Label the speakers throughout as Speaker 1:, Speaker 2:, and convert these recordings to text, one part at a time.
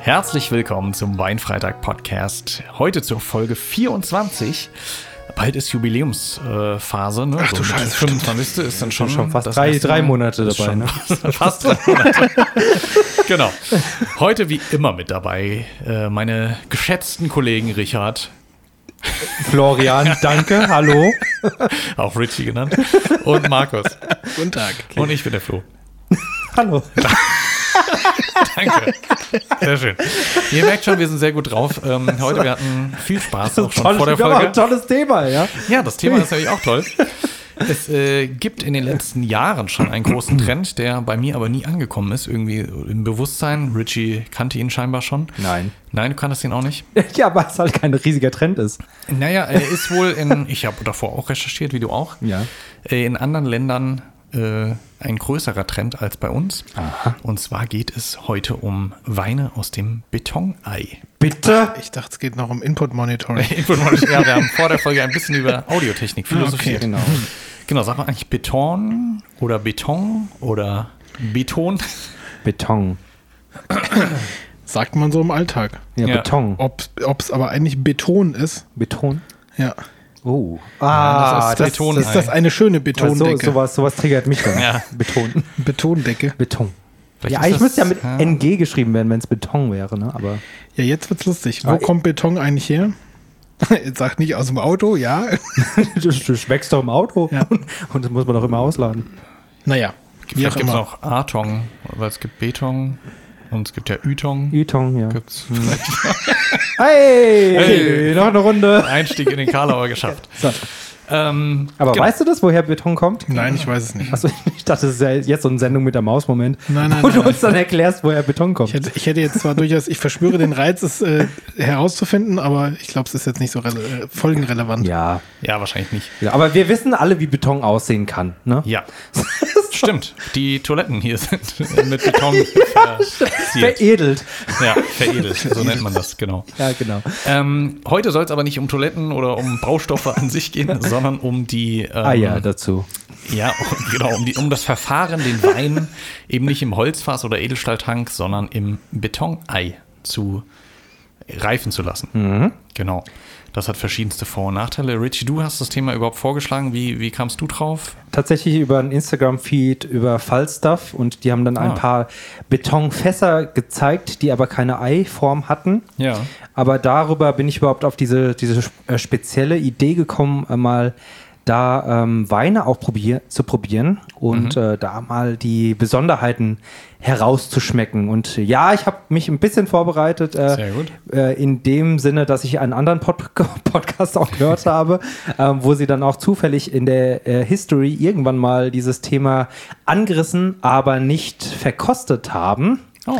Speaker 1: Herzlich willkommen zum Weinfreitag Podcast. Heute zur Folge 24. Bald ist Jubiläumsphase. ne?
Speaker 2: Ach du
Speaker 1: mit
Speaker 2: Scheiße,
Speaker 1: 25. ist dann schon,
Speaker 3: schon fast
Speaker 1: das
Speaker 3: drei-
Speaker 1: erste
Speaker 3: drei
Speaker 1: Mal.
Speaker 3: Monate
Speaker 1: Ist
Speaker 3: dabei,
Speaker 1: schon
Speaker 3: ne?
Speaker 1: Fast drei Monate. genau. Heute wie immer mit dabei äh, meine geschätzten Kollegen Richard,
Speaker 3: Florian, danke, hallo.
Speaker 1: auch Richie genannt, und Markus.
Speaker 2: Guten Tag.
Speaker 1: Und ich bin der Flo.
Speaker 3: Hallo.
Speaker 1: Danke. Sehr schön. Ihr merkt schon, wir sind sehr gut drauf. Ähm, heute, wir hatten viel Spaß auch schon vor der
Speaker 3: Programm,
Speaker 1: Folge.
Speaker 3: tolles Thema, ja.
Speaker 1: Ja, das Thema ist natürlich auch toll. Es äh, gibt in den letzten Jahren schon einen großen Trend, der bei mir aber nie angekommen ist, irgendwie im Bewusstsein. Richie kannte ihn scheinbar schon.
Speaker 3: Nein.
Speaker 1: Nein, du kanntest ihn auch nicht.
Speaker 3: Ja, weil es halt kein riesiger Trend ist.
Speaker 1: Naja, er ist wohl in, ich habe davor auch recherchiert, wie du auch,
Speaker 3: Ja.
Speaker 1: äh, in anderen Ländern äh, ein größerer Trend als bei uns. Und zwar geht es heute um Weine aus dem Betonei.
Speaker 3: Bitte?
Speaker 2: Ich dachte, es geht noch um Input Monitoring.
Speaker 1: ja, wir haben vor der Folge ein bisschen über Audiotechnik philosophiert.
Speaker 3: Genau.
Speaker 1: Genau, sagt man eigentlich Beton oder Beton oder Beton?
Speaker 3: Beton.
Speaker 2: Sagt man so im Alltag.
Speaker 3: Ja,
Speaker 1: Ja.
Speaker 2: Oh.
Speaker 3: Beton.
Speaker 2: Ob es aber eigentlich Beton ist,
Speaker 3: Beton.
Speaker 2: ja.
Speaker 3: Oh.
Speaker 1: das
Speaker 3: Ah,
Speaker 1: ist
Speaker 3: das,
Speaker 1: Beton.
Speaker 2: Ist das eine schöne
Speaker 3: das, so,
Speaker 2: Betondecke?
Speaker 3: sowas, sowas triggert mich dann.
Speaker 1: Ja.
Speaker 3: Beton.
Speaker 2: Betondecke.
Speaker 3: Beton.
Speaker 1: Vielleicht
Speaker 3: ja,
Speaker 1: ist
Speaker 3: eigentlich
Speaker 1: das-
Speaker 3: müsste ja mit
Speaker 1: ja.
Speaker 3: NG geschrieben werden, wenn es Beton wäre, ne? Aber
Speaker 2: Ja, jetzt wird's lustig. Wo
Speaker 3: Ah,
Speaker 2: kommt Beton eigentlich her? Jetzt sagt nicht aus dem Auto, ja.
Speaker 3: du, du schmeckst doch im Auto
Speaker 2: Ja.
Speaker 3: und das muss man doch immer ausladen.
Speaker 2: Naja, wie auch
Speaker 1: Vielleicht gibt es
Speaker 3: genau.
Speaker 2: immer.
Speaker 1: auch Artong, weil es gibt Beton und es gibt ja Ytong.
Speaker 3: Beton, ja.
Speaker 1: Gibt's vielleicht
Speaker 3: Hey,
Speaker 1: Hey.
Speaker 3: noch eine Runde.
Speaker 1: Einstieg in den Karlauer geschafft.
Speaker 3: So.
Speaker 1: Ähm,
Speaker 3: Aber
Speaker 1: genau.
Speaker 3: weißt du das, woher Beton kommt?
Speaker 2: Nein, ich weiß es nicht.
Speaker 3: Achso, ich dachte, das ist ja jetzt so eine Sendung mit der Maus-Moment,
Speaker 2: Nein, nein,
Speaker 3: wo
Speaker 2: nein,
Speaker 3: du
Speaker 2: nein.
Speaker 3: uns dann erklärst, woher Beton
Speaker 2: Ich
Speaker 3: kommt.
Speaker 2: hätte, ich hätte jetzt zwar durchaus, ich verspüre den Reiz, es äh, herauszufinden, aber ich glaube, es ist jetzt nicht so rele äh, folgenrelevant.
Speaker 3: Ja.
Speaker 1: ja, wahrscheinlich nicht.
Speaker 3: ja, aber wir wissen alle, wie Beton aussehen kann. Ne?
Speaker 1: Ja, stimmt. Die Toiletten hier sind mit Beton verziert.
Speaker 3: Veredelt.
Speaker 1: Ja, veredelt, so nennt man das, genau.
Speaker 3: Ja, genau.
Speaker 1: Ähm, heute soll es aber nicht um Toiletten oder um Baustoffe an sich gehen, sondern um die ähm,
Speaker 3: Ah ja, dazu.
Speaker 1: Ja, genau, um, die, um das Verfahren, den Wein eben nicht im Holzfass oder Edelstahltank, sondern im Betonei zu reifen zu lassen.
Speaker 3: Mhm.
Speaker 1: Genau. Das hat verschiedenste Vor- und Nachteile. Richie, du hast das Thema überhaupt vorgeschlagen. Wie, wie kamst du drauf?
Speaker 3: Tatsächlich über einen Instagram-Feed über Fallstuff und die haben dann
Speaker 1: Ah.
Speaker 3: ein paar Betonfässer gezeigt, die aber keine Eiform hatten.
Speaker 1: Ja.
Speaker 3: Aber darüber bin ich überhaupt auf diese, diese äh, spezielle Idee gekommen, äh, mal da ähm, Weine auch probier zu probieren und
Speaker 1: Mhm.
Speaker 3: äh, da mal die Besonderheiten herauszuschmecken. Und äh, ja, ich habe mich ein bisschen vorbereitet. Äh,
Speaker 1: Sehr gut.
Speaker 3: Äh, in dem Sinne, dass ich einen anderen Pod Podcast auch gehört habe, ähm, wo sie dann auch zufällig in der äh, History irgendwann mal dieses Thema angerissen, aber nicht verkostet haben.
Speaker 1: Oh.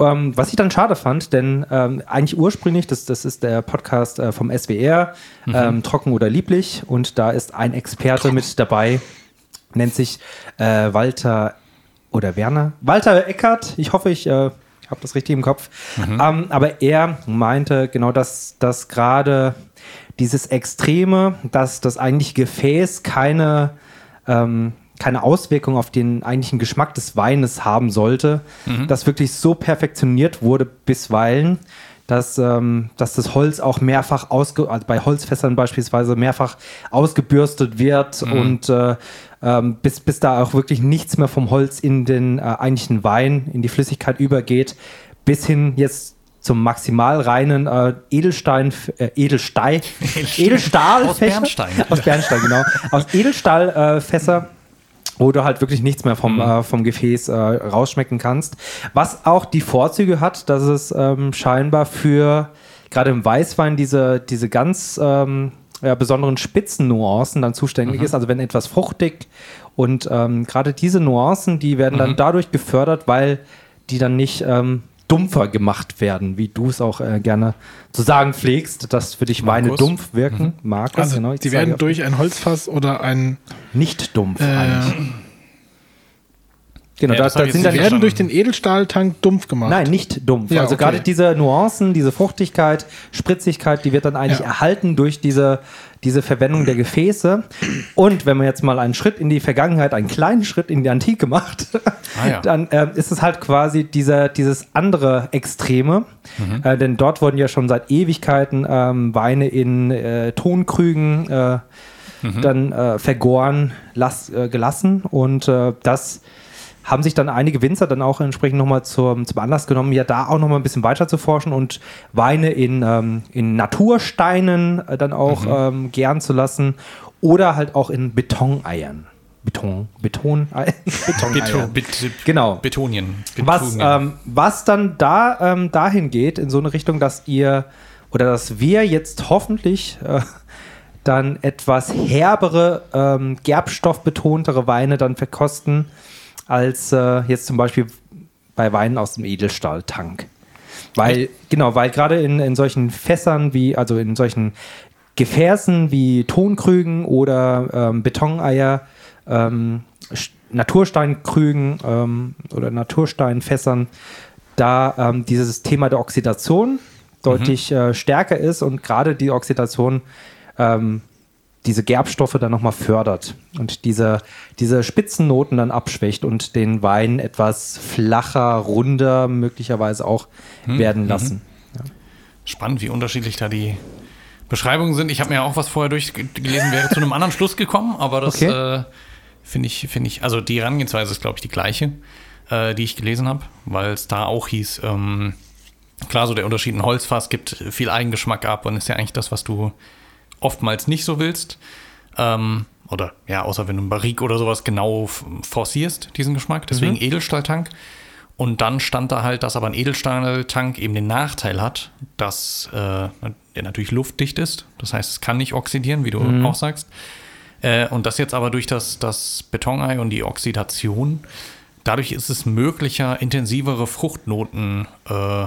Speaker 3: Ähm, was ich dann schade fand, denn ähm, eigentlich ursprünglich, das, das ist der Podcast äh, vom SWR, ähm, Trocken oder Lieblich, und da ist ein Experte mit dabei, nennt sich äh, Walter oder Werner. Walter Eckert, ich hoffe, ich äh, habe das richtig im Kopf. Ähm, aber er meinte genau, dass, dass gerade dieses Extreme, dass das eigentliche Gefäß keine ähm, keine Auswirkung auf den eigentlichen Geschmack des Weines haben sollte,
Speaker 1: Mhm.
Speaker 3: das wirklich so perfektioniert wurde bisweilen, dass, ähm, dass das Holz auch mehrfach ausge also bei Holzfässern beispielsweise mehrfach ausgebürstet wird
Speaker 1: Mhm.
Speaker 3: und äh, ähm, bis, bis da auch wirklich nichts mehr vom Holz in den äh, eigentlichen Wein, in die Flüssigkeit übergeht, bis hin jetzt zum maximal reinen äh, Edelstein, äh, Edelstein, Edelstahl
Speaker 1: Aus Bernstein.
Speaker 3: aus Bernstein, genau. Aus Edelstahlfässer, wo du halt wirklich nichts mehr vom, äh, vom Gefäß äh, rausschmecken kannst. Was auch die Vorzüge hat, dass es ähm, scheinbar für gerade im Weißwein diese, diese ganz ähm, ja, besonderen Spitzennuancen dann zuständig ist. Also wenn etwas fruchtig und ähm, gerade diese Nuancen, die werden dann dadurch gefördert, weil die dann nicht ähm, dumpfer gemacht werden, wie du es auch äh, gerne zu sagen pflegst, dass für dich Weine
Speaker 1: Markus.
Speaker 3: dumpf wirken. Markus,
Speaker 2: Also,
Speaker 3: genau. ich
Speaker 2: die
Speaker 3: zeige
Speaker 2: werden
Speaker 3: auf-
Speaker 2: durch ein Holzfass oder ein
Speaker 3: Äh, nicht dumpf
Speaker 2: Äh,
Speaker 3: eigentlich. Genau,
Speaker 1: Ja,
Speaker 3: da,
Speaker 1: das hab
Speaker 3: da
Speaker 1: ich
Speaker 3: sind
Speaker 1: jetzt
Speaker 3: dann
Speaker 2: Die
Speaker 1: nicht
Speaker 2: werden durch den Edelstahltank dumpf gemacht.
Speaker 3: Nein, nicht dumpf.
Speaker 2: Ja,
Speaker 3: also
Speaker 2: okay.
Speaker 3: gerade diese Nuancen, diese Fruchtigkeit, Spritzigkeit, die wird dann eigentlich
Speaker 2: Ja.
Speaker 3: erhalten durch diese, diese Verwendung der Gefäße. Und wenn man jetzt mal einen Schritt in die Vergangenheit, einen kleinen Schritt in die Antike macht,
Speaker 1: Ah, ja.
Speaker 3: dann ähm, ist es halt quasi dieser, dieses andere Extreme.
Speaker 2: Mhm.
Speaker 3: Äh, denn dort wurden ja schon seit Ewigkeiten ähm, Weine in äh, Tonkrügen äh,
Speaker 2: Mhm.
Speaker 3: dann äh, vergoren las, äh, gelassen. Und äh, das haben sich dann einige Winzer dann auch entsprechend nochmal zum, zum Anlass genommen, ja da auch nochmal ein bisschen weiter zu forschen und Weine in, ähm, in Natursteinen äh, dann auch ähm, gären zu lassen oder halt auch in Betoneiern. Beton, Betoneiern.
Speaker 1: Beto,
Speaker 3: Betoneiern.
Speaker 1: Bet-
Speaker 3: Genau.
Speaker 1: Betonien.
Speaker 3: Was,
Speaker 1: Betonien.
Speaker 3: ähm, was dann da ähm, dahin geht, in so eine Richtung, dass ihr oder dass wir jetzt hoffentlich äh, dann etwas herbere, ähm, gerbstoffbetontere Weine dann verkosten, als äh, jetzt zum Beispiel bei Weinen aus dem Edelstahltank. Weil, genau, weil gerade in, in solchen Fässern wie, also in solchen Gefäßen wie Tonkrügen oder ähm, Betoneier, ähm, Sch- Natursteinkrügen ähm, oder Natursteinfässern, da ähm, dieses Thema der Oxidation deutlich äh, stärker ist und gerade die Oxidation ähm, diese Gerbstoffe dann nochmal fördert und diese, diese spitzen Noten dann abschwächt und den Wein etwas flacher, runder möglicherweise auch
Speaker 1: Hm,
Speaker 3: werden
Speaker 1: mhm.
Speaker 3: lassen.
Speaker 1: Spannend, wie unterschiedlich da die Beschreibungen sind. Ich habe mir auch was vorher durchgelesen, wäre zu einem anderen Schluss gekommen, aber das
Speaker 3: Okay.
Speaker 1: äh, finde ich, finde ich, also die Herangehensweise ist, glaube ich, die gleiche, äh, die ich gelesen habe, weil es da auch hieß, ähm, klar, so der Unterschied in Holzfass gibt viel Eigengeschmack ab und ist ja eigentlich das, was du oftmals nicht so willst. Ähm, oder ja, außer wenn du einen Barrique oder sowas genau f- forcierst, diesen Geschmack. Deswegen Edelstahltank. Und dann stand da halt, dass aber ein Edelstahltank eben den Nachteil hat, dass äh, der natürlich luftdicht ist. Das heißt, es kann nicht oxidieren, wie du auch sagst. Äh, und das jetzt aber durch das, das Betonei und die Oxidation, dadurch ist es möglicher, intensivere Fruchtnoten äh,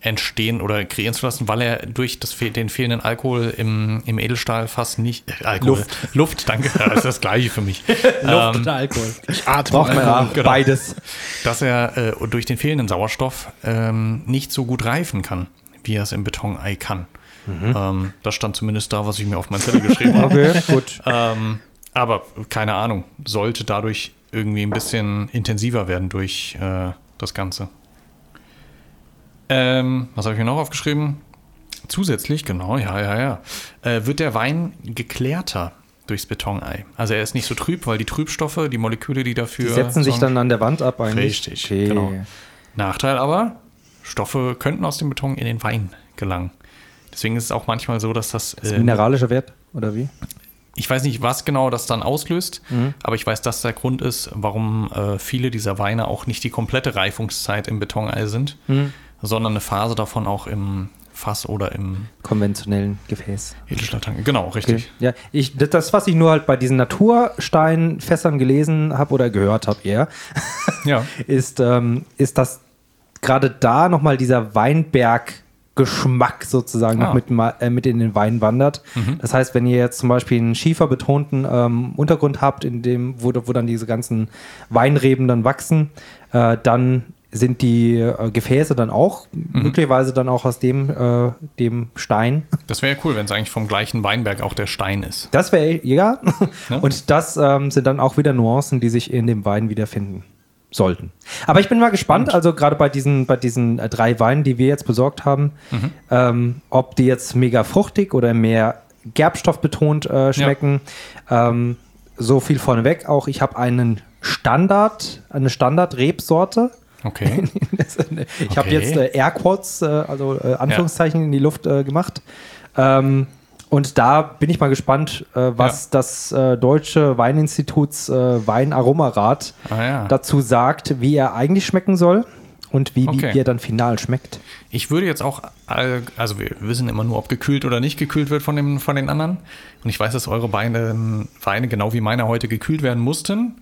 Speaker 1: entstehen oder kreieren zu lassen, weil er durch das, fe- den fehlenden Alkohol im, im Edelstahl fast nicht. Äh, Alkohol. Luft. Luft, danke. Das ist das Gleiche für mich. Ähm,
Speaker 3: Luft und Alkohol.
Speaker 2: Ich atme.
Speaker 3: Braucht man ja
Speaker 1: Genau.
Speaker 3: beides.
Speaker 1: dass er äh, durch den fehlenden Sauerstoff ähm, nicht so gut reifen kann, wie er es im Betonei kann.
Speaker 3: Mhm.
Speaker 1: Ähm, das stand zumindest da, was ich mir auf mein Zettel geschrieben habe.
Speaker 3: Okay, gut.
Speaker 1: Ähm, aber keine Ahnung, sollte dadurch irgendwie ein bisschen intensiver werden durch äh, das Ganze. Ähm, was habe ich mir noch aufgeschrieben? Zusätzlich, genau, ja, ja, ja, äh, wird der Wein geklärter durchs Betonei. Also er ist nicht so trüb, weil die Trübstoffe, die Moleküle, die dafür
Speaker 3: Die setzen sich
Speaker 1: sorgen-
Speaker 3: dann an der Wand ab eigentlich.
Speaker 1: Richtig,
Speaker 3: Okay.
Speaker 1: genau. Nachteil aber, Stoffe könnten aus dem Beton in den Wein gelangen. Deswegen ist es auch manchmal so, dass das.
Speaker 3: Ist
Speaker 1: äh,
Speaker 3: mineralischer Wert oder wie?
Speaker 1: ich weiß nicht, was genau das dann auslöst, aber ich weiß, dass der Grund ist, warum äh, viele dieser Weine auch nicht die komplette Reifungszeit im Betonei sind, sondern eine Phase davon auch im Fass oder im
Speaker 3: Konventionellen Gefäß.
Speaker 1: Edelstahltank. Genau,
Speaker 3: Okay.
Speaker 1: richtig.
Speaker 3: Ja, ich, das- das, was ich nur halt bei diesen Natursteinfässern gelesen habe oder gehört habe eher,
Speaker 1: Ja.
Speaker 3: ist, ähm, ist dass gerade da nochmal dieser Weinberg-Geschmack sozusagen
Speaker 1: Ah.
Speaker 3: noch mit, ma- äh, mit in den Wein wandert. Das heißt, wenn ihr jetzt zum Beispiel einen schieferbetonten ähm, Untergrund habt, in dem, wo, wo dann diese ganzen Weinreben dann wachsen, äh, dann sind die äh, Gefäße dann auch möglicherweise dann auch aus dem, äh, dem Stein
Speaker 1: Das wäre ja cool, wenn es eigentlich vom gleichen Weinberg auch der Stein ist.
Speaker 3: das wäre ja.
Speaker 1: Ja.
Speaker 3: Und das ähm, sind dann auch wieder Nuancen, die sich in dem Wein wiederfinden sollten. Aber ich bin mal gespannt, also gerade bei diesen, bei diesen äh, drei Weinen, die wir jetzt besorgt haben, ähm, ob die jetzt mega fruchtig oder mehr Gerbstoff betont äh, schmecken. Ähm, so viel vorneweg auch. Ich habe einen Standard, eine Standard-Rebsorte.
Speaker 1: Okay.
Speaker 3: Ich habe
Speaker 1: Okay.
Speaker 3: jetzt äh, Airquads, äh, also äh, Anführungszeichen in die Luft äh, gemacht. Ähm, und da bin ich mal gespannt, äh, was
Speaker 1: Ja.
Speaker 3: das äh, Deutsche Weininstituts äh, Weinaromarat
Speaker 1: Ah, ja.
Speaker 3: dazu sagt, wie er eigentlich schmecken soll und wie
Speaker 1: Okay.
Speaker 3: die Bier dann final schmeckt.
Speaker 1: Ich würde jetzt auch, all- also wir wissen immer nur, ob gekühlt oder nicht gekühlt wird von, dem, von den anderen. Und ich weiß, dass eure Weine, Weine, genau wie meine heute, gekühlt werden mussten.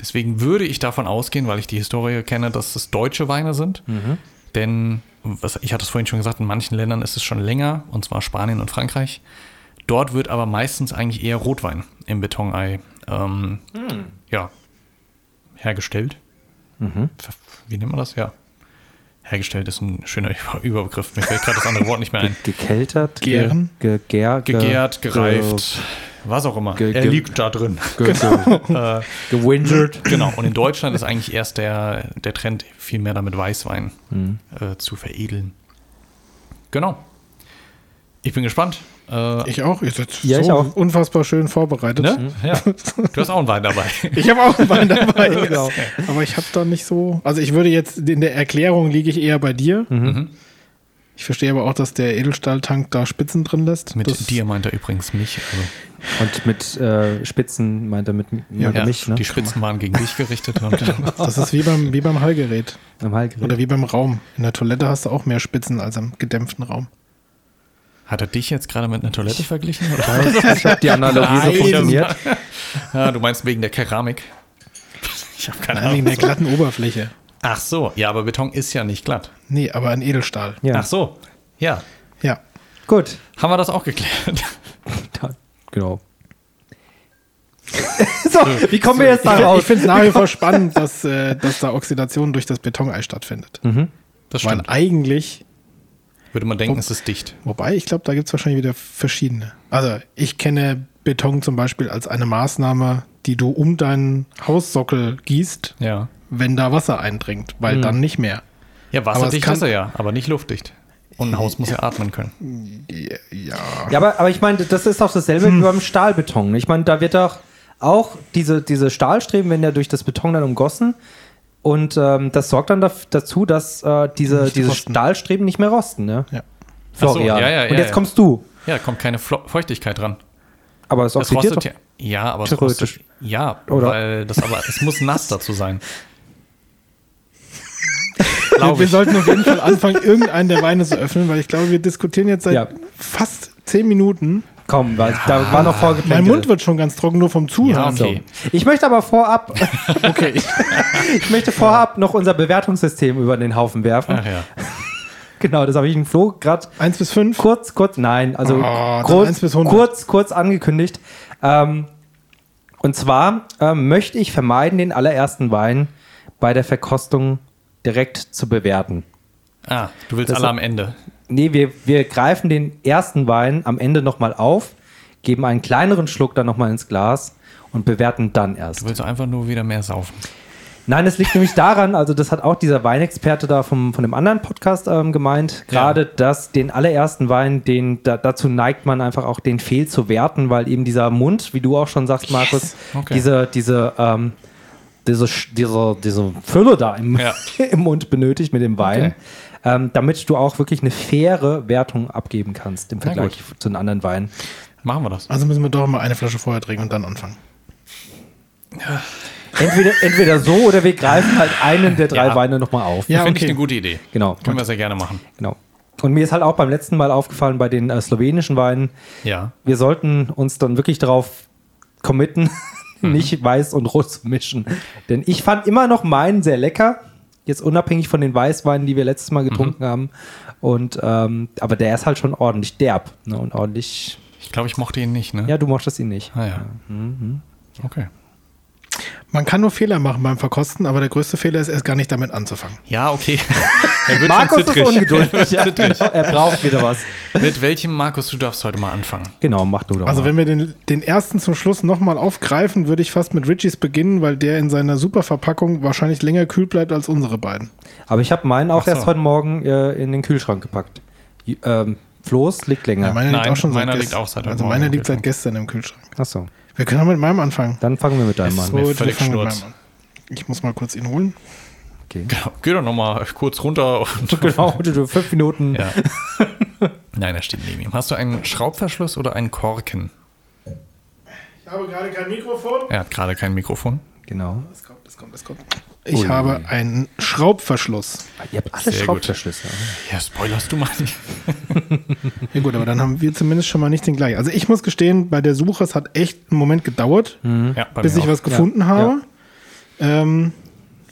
Speaker 1: Deswegen würde ich davon ausgehen, weil ich die Historie kenne, dass es deutsche Weine sind.
Speaker 3: Mhm.
Speaker 1: Denn, was, ich hatte es vorhin schon gesagt, in manchen Ländern ist es schon länger, und zwar Spanien und Frankreich. Dort wird aber meistens eigentlich eher
Speaker 3: Hm.
Speaker 1: Rotwein im Betonei ähm, ja, hergestellt.
Speaker 3: Mhm.
Speaker 1: Ver- Wie nennt man das? Ja. Hergestellt ist ein schöner Über- Überbegriff. Mir fällt gerade das andere Wort nicht mehr ein.
Speaker 3: Gekeltert, ge-
Speaker 2: Gären?
Speaker 3: ge- gär- ge-
Speaker 1: Gegärt,
Speaker 3: ge-
Speaker 1: gereift, was auch immer.
Speaker 3: genau. ge-
Speaker 1: er
Speaker 3: ge-
Speaker 1: liegt da drin.
Speaker 3: ge- ge- Gewindert.
Speaker 1: Genau, und in Deutschland ist eigentlich erst der, der Trend, viel mehr damit Weißwein
Speaker 3: Mhm.
Speaker 1: äh, zu veredeln. Genau. Ich bin gespannt. Äh,
Speaker 2: Ich auch. Ihr seid
Speaker 3: Ja,
Speaker 2: so
Speaker 3: ich auch.
Speaker 2: unfassbar schön vorbereitet.
Speaker 1: ne? ja. Du hast auch einen Wein dabei.
Speaker 2: Ich habe auch einen Wein dabei.
Speaker 3: Genau.
Speaker 2: Aber ich habe da nicht so. Also ich würde jetzt, in der Erklärung liege ich eher bei dir.
Speaker 3: Mhm.
Speaker 1: Mhm.
Speaker 2: Ich verstehe aber auch, dass der Edelstahltank da Spitzen drin lässt.
Speaker 1: Mit
Speaker 2: das,
Speaker 1: dir meint er übrigens mich. Also,
Speaker 3: Und mit äh, Spitzen meint er mit meint er
Speaker 1: ja,
Speaker 3: mich, ne?
Speaker 1: Die Spitzen waren gegen dich gerichtet. Und,
Speaker 2: Das ist wie beim, wie beim Hallgerät.
Speaker 3: Am Hallgerät.
Speaker 2: Oder wie beim Raum. In der Toilette hast du auch mehr Spitzen als im gedämpften Raum.
Speaker 1: hat er dich jetzt gerade mit einer Toilette verglichen? Oder?
Speaker 3: Ich habe die Analogie so
Speaker 1: Nein.
Speaker 3: funktioniert.
Speaker 1: Ja, du meinst wegen der Keramik. Ich habe keine
Speaker 2: Nein, wegen
Speaker 1: Ahnung.
Speaker 2: der glatten Oberfläche.
Speaker 1: Ach so, ja, aber Beton ist ja nicht glatt.
Speaker 2: Nee, aber ein Edelstahl.
Speaker 3: Ja.
Speaker 1: Ach so, ja.
Speaker 2: Ja.
Speaker 3: Gut.
Speaker 1: Haben wir das auch geklärt?
Speaker 3: Da, genau. so, wie kommen wir jetzt da
Speaker 2: Ich, ich
Speaker 3: raus?
Speaker 2: finde es nach wie
Speaker 1: Genau.
Speaker 2: vor spannend, dass, äh, dass da Oxidation durch das Betonei stattfindet.
Speaker 1: Mhm. Das
Speaker 2: Weil
Speaker 1: stimmt.
Speaker 2: eigentlich,
Speaker 1: Würde man denken, es ist dicht.
Speaker 2: wobei ich glaube, da gibt es wahrscheinlich wieder verschiedene. Also ich kenne Beton zum Beispiel als eine Maßnahme, die du um deinen Haussockel gießt,
Speaker 1: Ja.
Speaker 2: wenn da Wasser eindringt,
Speaker 1: Hm.
Speaker 2: weil dann nicht mehr.
Speaker 1: Ja,
Speaker 2: Aber es
Speaker 1: wasserdicht
Speaker 2: kann-
Speaker 1: ist er ja, aber nicht luftdicht. Und ein Haus muss ja atmen können.
Speaker 3: Ja, aber, aber ich meine, das ist doch dasselbe
Speaker 1: Mhm.
Speaker 3: wie beim Stahlbeton. Ich meine, da wird doch auch diese, diese Stahlstreben, wenn ja durch das Beton dann umgossen. Und ähm, das sorgt dann daf- dazu, dass äh, diese,
Speaker 2: Nicht
Speaker 3: diese
Speaker 2: rosten.
Speaker 3: Stahlstreben nicht mehr rosten, ne?
Speaker 2: Ja.
Speaker 1: so,
Speaker 3: Florian.
Speaker 1: ja, ja,
Speaker 3: Und
Speaker 1: ja,
Speaker 3: jetzt
Speaker 1: ja.
Speaker 3: kommst du.
Speaker 1: Ja, kommt keine Flo Feuchtigkeit ran.
Speaker 3: Aber es
Speaker 1: Das
Speaker 3: oxidiert
Speaker 1: rostet
Speaker 3: doch.
Speaker 1: ja. Ja, aber es
Speaker 3: Theoretisch.
Speaker 1: rostet. Ja,
Speaker 3: Oder?
Speaker 1: weil das aber, es muss nass dazu sein.
Speaker 2: Wir,
Speaker 1: Glaub
Speaker 2: wir
Speaker 1: ich.
Speaker 2: sollten auf jeden Fall anfangen, irgendeinen der Weine zu öffnen, weil ich glaube, wir diskutieren jetzt seit
Speaker 3: Ja.
Speaker 2: fast zehn Minuten.
Speaker 3: Komm, weil da war noch vorgeplant.
Speaker 2: Mein Mund wird schon ganz trocken, nur vom
Speaker 1: Ja,
Speaker 2: Zuhören.
Speaker 1: okay.
Speaker 3: Ich möchte aber vorab, okay, ich möchte vorab noch unser Bewertungssystem über den Haufen werfen.
Speaker 1: Ach ja.
Speaker 3: Genau, das habe ich im Flo gerade
Speaker 2: Eins bis fünf.
Speaker 3: kurz, kurz, nein, also
Speaker 2: Oh, dann
Speaker 3: kurz,
Speaker 2: 1 bis 100.
Speaker 3: kurz, kurz angekündigt. Ähm, und zwar ähm, möchte ich vermeiden, den allerersten Wein bei der Verkostung direkt zu bewerten.
Speaker 1: Ah, du willst
Speaker 3: Das-
Speaker 1: alle am Ende.
Speaker 3: Nee, wir, wir greifen den ersten Wein am Ende nochmal auf, geben einen kleineren Schluck dann nochmal ins Glas und bewerten dann erst.
Speaker 1: Du willst einfach nur wieder mehr saufen.
Speaker 3: Nein, es liegt nämlich daran, also das hat auch dieser Weinexperte da vom, von dem anderen Podcast ähm, gemeint, gerade dass den allerersten Wein, den da, dazu neigt man einfach auch, den fehl zu werten, weil eben dieser Mund, wie du auch schon sagst, Markus,
Speaker 1: Okay.
Speaker 3: diese, diese, ähm, diese, Sch- diese, diese Fülle da im,
Speaker 1: Ja.
Speaker 3: im Mund benötigt mit dem Wein, ähm, damit du auch wirklich eine faire Wertung abgeben kannst im Vergleich zu den anderen Weinen.
Speaker 1: Machen wir das.
Speaker 2: Also müssen wir doch mal eine Flasche vorher trinken und dann anfangen.
Speaker 3: Entweder, entweder so oder wir greifen halt einen der drei
Speaker 1: Ja.
Speaker 3: Weine nochmal auf.
Speaker 2: Ja,
Speaker 1: Finde
Speaker 2: okay.
Speaker 1: ich eine gute Idee.
Speaker 3: Genau.
Speaker 1: Können wir sehr gerne machen.
Speaker 3: Genau. Und mir ist halt auch beim letzten Mal aufgefallen, bei den äh, slowenischen Weinen,
Speaker 1: Ja.
Speaker 3: wir sollten uns dann wirklich darauf committen,
Speaker 1: Mhm.
Speaker 3: nicht weiß und rot zu mischen. Denn ich fand immer noch meinen sehr lecker, jetzt unabhängig von den Weißweinen, die wir letztes Mal getrunken
Speaker 1: Mhm.
Speaker 3: haben. Und ähm, aber der ist halt schon ordentlich derb ne? und ordentlich.
Speaker 1: Ich glaube, ich mochte ihn nicht, ne?
Speaker 3: Ja, du mochtest ihn nicht.
Speaker 1: Ah, ja. Okay.
Speaker 2: Man kann nur Fehler machen beim Verkosten, aber der größte Fehler ist erst gar nicht damit anzufangen.
Speaker 1: Ja, okay. Er wird schon
Speaker 3: Markus ist
Speaker 1: zittrig.
Speaker 3: ungeduldig. ja, genau, er braucht wieder was.
Speaker 1: Mit welchem Markus, du darfst heute mal anfangen.
Speaker 3: Genau, mach du doch.
Speaker 2: Also
Speaker 3: mal.
Speaker 2: wenn wir den, den ersten zum Schluss nochmal aufgreifen, würde ich fast mit Richies beginnen, weil der in seiner Superverpackung wahrscheinlich länger kühl bleibt als unsere beiden.
Speaker 3: Aber ich habe meinen auch
Speaker 1: Ach so.
Speaker 3: erst heute Morgen äh, in den Kühlschrank gepackt. J- Ähm, Floß liegt länger.
Speaker 2: Ja, meiner
Speaker 1: Nein,
Speaker 2: liegt auch schon
Speaker 1: meiner
Speaker 2: seit
Speaker 1: liegt
Speaker 2: gestern.
Speaker 1: auch seit heute
Speaker 2: Also
Speaker 1: Morgen
Speaker 2: meiner
Speaker 1: im
Speaker 2: liegt seit
Speaker 1: Kühlschrank.
Speaker 2: gestern im Kühlschrank.
Speaker 3: Achso,
Speaker 2: Wir können auch mit meinem anfangen.
Speaker 3: dann fangen wir mit deinem an.
Speaker 2: So, wir
Speaker 1: völlig
Speaker 2: fangen mit
Speaker 1: Schnurz.
Speaker 2: meinem an. Ich muss mal kurz ihn holen.
Speaker 3: Okay.
Speaker 1: Genau. Geh doch nochmal kurz runter und.
Speaker 3: Genau, du- du- fünf Minuten.
Speaker 1: Ja. Nein, er steht neben ihm. Hast du einen Schraubverschluss oder einen Korken?
Speaker 2: Ich habe gerade kein Mikrofon.
Speaker 1: Er hat gerade kein Mikrofon.
Speaker 3: Genau.
Speaker 2: Es kommt, es kommt, es kommt. Ich habe einen Schraubverschluss.
Speaker 3: Ihr habt alle
Speaker 1: Sehr gut.
Speaker 3: Schraubverschlüsse.
Speaker 1: Ja, spoilerst du mal nicht.
Speaker 2: Ja gut, aber dann haben wir zumindest schon mal nicht den gleichen. Also ich muss gestehen, bei der Suche, es hat echt einen Moment gedauert,
Speaker 1: Hm? Ja, bei
Speaker 2: bis
Speaker 1: mir
Speaker 2: ich
Speaker 1: Mhm. auch.
Speaker 2: was gefunden
Speaker 3: Ja.
Speaker 2: habe. Ähm,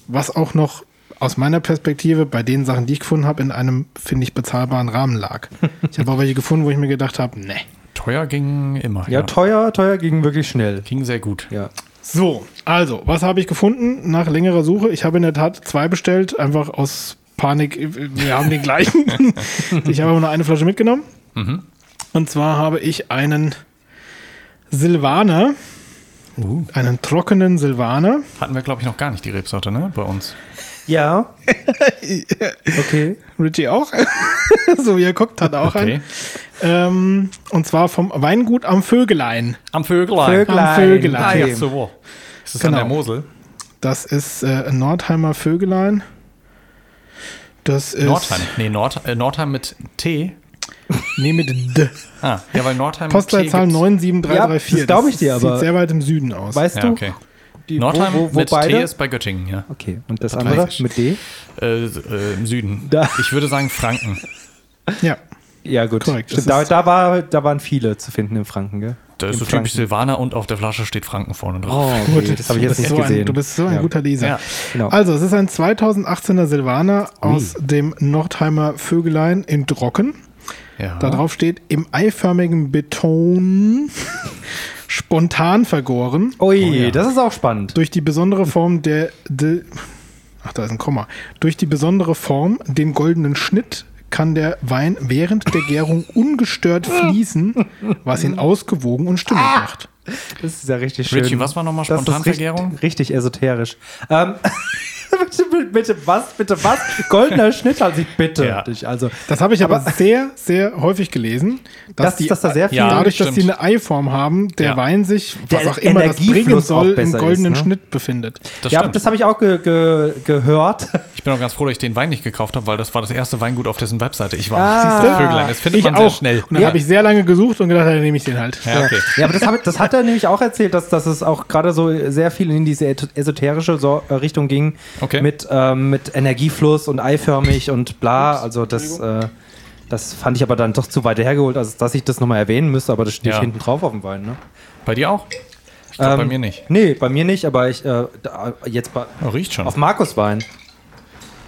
Speaker 2: was auch noch aus meiner Perspektive bei den Sachen, die ich gefunden habe, in einem, finde ich, bezahlbaren Rahmen lag. Ich habe auch welche gefunden, wo ich mir gedacht habe, ne.
Speaker 1: Teuer ging immer.
Speaker 3: Ja, teuer, teuer ging wirklich schnell.
Speaker 1: ging sehr gut.
Speaker 3: Ja.
Speaker 2: So, also, was habe ich gefunden nach längerer Suche? Ich habe in der Tat zwei bestellt, einfach aus Panik. Wir haben den gleichen. ich habe aber nur eine Flasche mitgenommen.
Speaker 1: Mhm.
Speaker 2: Und zwar habe ich einen Silvaner,
Speaker 1: Uh.
Speaker 2: einen trockenen Silvaner.
Speaker 1: Hatten wir, glaube ich, noch gar nicht die Rebsorte, ne? Bei uns.
Speaker 3: Ja. Okay.
Speaker 2: Richie auch. so wie er guckt, hat er auch
Speaker 1: Okay.
Speaker 2: einen. Ähm, und zwar vom Weingut am Vögelein.
Speaker 1: Am Vögelein.
Speaker 3: Vögel-
Speaker 2: Am
Speaker 3: Klein.
Speaker 2: Vögelein.
Speaker 1: Ah, ja,
Speaker 3: Okay.
Speaker 1: so. wo. Ist das
Speaker 2: Genau.
Speaker 1: an der Mosel?
Speaker 2: Das ist äh, ein Nordheimer Vögelein. Das ist.
Speaker 1: Nordheim. Nee, Nord, äh, Nordheim mit T.
Speaker 2: Nee, mit D.
Speaker 1: Ah, ja, weil Nordheim mit
Speaker 2: Postleitzahl
Speaker 1: T gibt's-
Speaker 2: 97334.
Speaker 3: Ja, das glaub ich dir, aber-
Speaker 2: Sieht sehr weit im Süden aus.
Speaker 3: Weißt
Speaker 1: Ja,
Speaker 3: du?
Speaker 1: okay.
Speaker 3: Die,
Speaker 1: Nordheim
Speaker 3: wo, wo, wo
Speaker 1: mit
Speaker 3: beide?
Speaker 1: T ist bei Göttingen, ja.
Speaker 3: okay, und das andere
Speaker 1: Parteiisch.
Speaker 3: mit D?
Speaker 1: Äh, äh, Im Süden.
Speaker 3: Da-
Speaker 1: Ich würde sagen Franken.
Speaker 2: Ja.
Speaker 3: Ja, gut.
Speaker 2: Korrekt,
Speaker 3: Stimmt,
Speaker 2: es
Speaker 3: da,
Speaker 2: ist-
Speaker 3: da, war, da waren viele zu finden im Franken, gell?
Speaker 1: Da
Speaker 3: Im
Speaker 1: ist so
Speaker 3: Franken.
Speaker 1: typisch Silvaner und auf der Flasche steht Franken vorne drauf.
Speaker 3: Oh,
Speaker 2: Gut,
Speaker 3: okay, das habe ich jetzt
Speaker 2: du bist
Speaker 3: nicht
Speaker 2: so
Speaker 3: gesehen.
Speaker 2: Ein, du bist so ein
Speaker 3: ja.
Speaker 2: guter Leser.
Speaker 1: Ja,
Speaker 3: genau.
Speaker 2: Also, es ist ein 2018er Silvaner aus dem Nordheimer Vögelein in Drocken.
Speaker 3: Oh,
Speaker 1: Ja.
Speaker 2: Da drauf steht, im eiförmigen Beton spontan vergoren.
Speaker 3: Ui,
Speaker 1: Oh, ja.
Speaker 3: das ist auch spannend.
Speaker 2: Durch die besondere Form der, de- Ach, da ist ein Komma. Durch die besondere Form, den goldenen Schnitt, kann der Wein während der Gärung ungestört fließen, was ihn ausgewogen und stimmig
Speaker 3: Ah!
Speaker 2: macht.
Speaker 3: Das ist ja richtig schön.
Speaker 1: Richie, was war nochmal
Speaker 3: Das ist
Speaker 1: Spontanvergärung?
Speaker 3: Richtig, richtig esoterisch. Ähm, bitte, bitte, bitte was, bitte was? Goldener Schnitt, also ich bitte
Speaker 1: Ja.
Speaker 3: dich. Also,
Speaker 2: Das habe ich aber, sehr, sehr häufig gelesen, dass,
Speaker 3: dass,
Speaker 2: die,
Speaker 3: dass da sehr viel...
Speaker 1: Ja,
Speaker 2: dadurch, dass
Speaker 1: stimmt.
Speaker 2: sie eine Eiform haben, der
Speaker 1: Ja.
Speaker 2: Wein sich, was
Speaker 3: Der
Speaker 2: auch immer das
Speaker 3: Energiefluss
Speaker 2: bringen
Speaker 3: auch
Speaker 2: soll, im
Speaker 3: besser ist,
Speaker 2: goldenen
Speaker 3: ne?
Speaker 2: Schnitt befindet.
Speaker 1: das
Speaker 3: ja,
Speaker 1: stimmt.
Speaker 3: das habe ich auch ge ge gehört.
Speaker 1: ich bin auch ganz froh, dass ich den Wein nicht gekauft habe, weil das war das erste Weingut auf dessen Webseite. Ich war
Speaker 3: Ah.
Speaker 1: Siehst du? Vögelein. Das findet
Speaker 2: Ich
Speaker 1: man
Speaker 2: auch.
Speaker 1: sehr schnell.
Speaker 2: Und dann
Speaker 3: Ja.
Speaker 2: habe ich sehr lange gesucht und gedacht, dann nehme ich den halt.
Speaker 1: Ja, okay.
Speaker 3: Ja, aber das, hab, das hat er nämlich auch erzählt, dass, dass es auch gerade so sehr viel in diese et- esoterische so äh, Richtung ging.
Speaker 1: Okay.
Speaker 3: Mit, ähm, mit Energiefluss und eiförmig und bla. Also das, äh, das fand ich aber dann doch zu weit hergeholt, also dass ich das nochmal erwähnen müsste, aber das steht
Speaker 1: Ja.
Speaker 3: hinten drauf auf dem Wein. Ne?
Speaker 1: Bei dir auch? Ich glaube,
Speaker 3: Ähm,
Speaker 1: bei mir nicht.
Speaker 3: Nee, bei mir nicht, aber ich äh, da, jetzt bei,
Speaker 1: Oh, riecht schon.
Speaker 3: auf Markus Wein.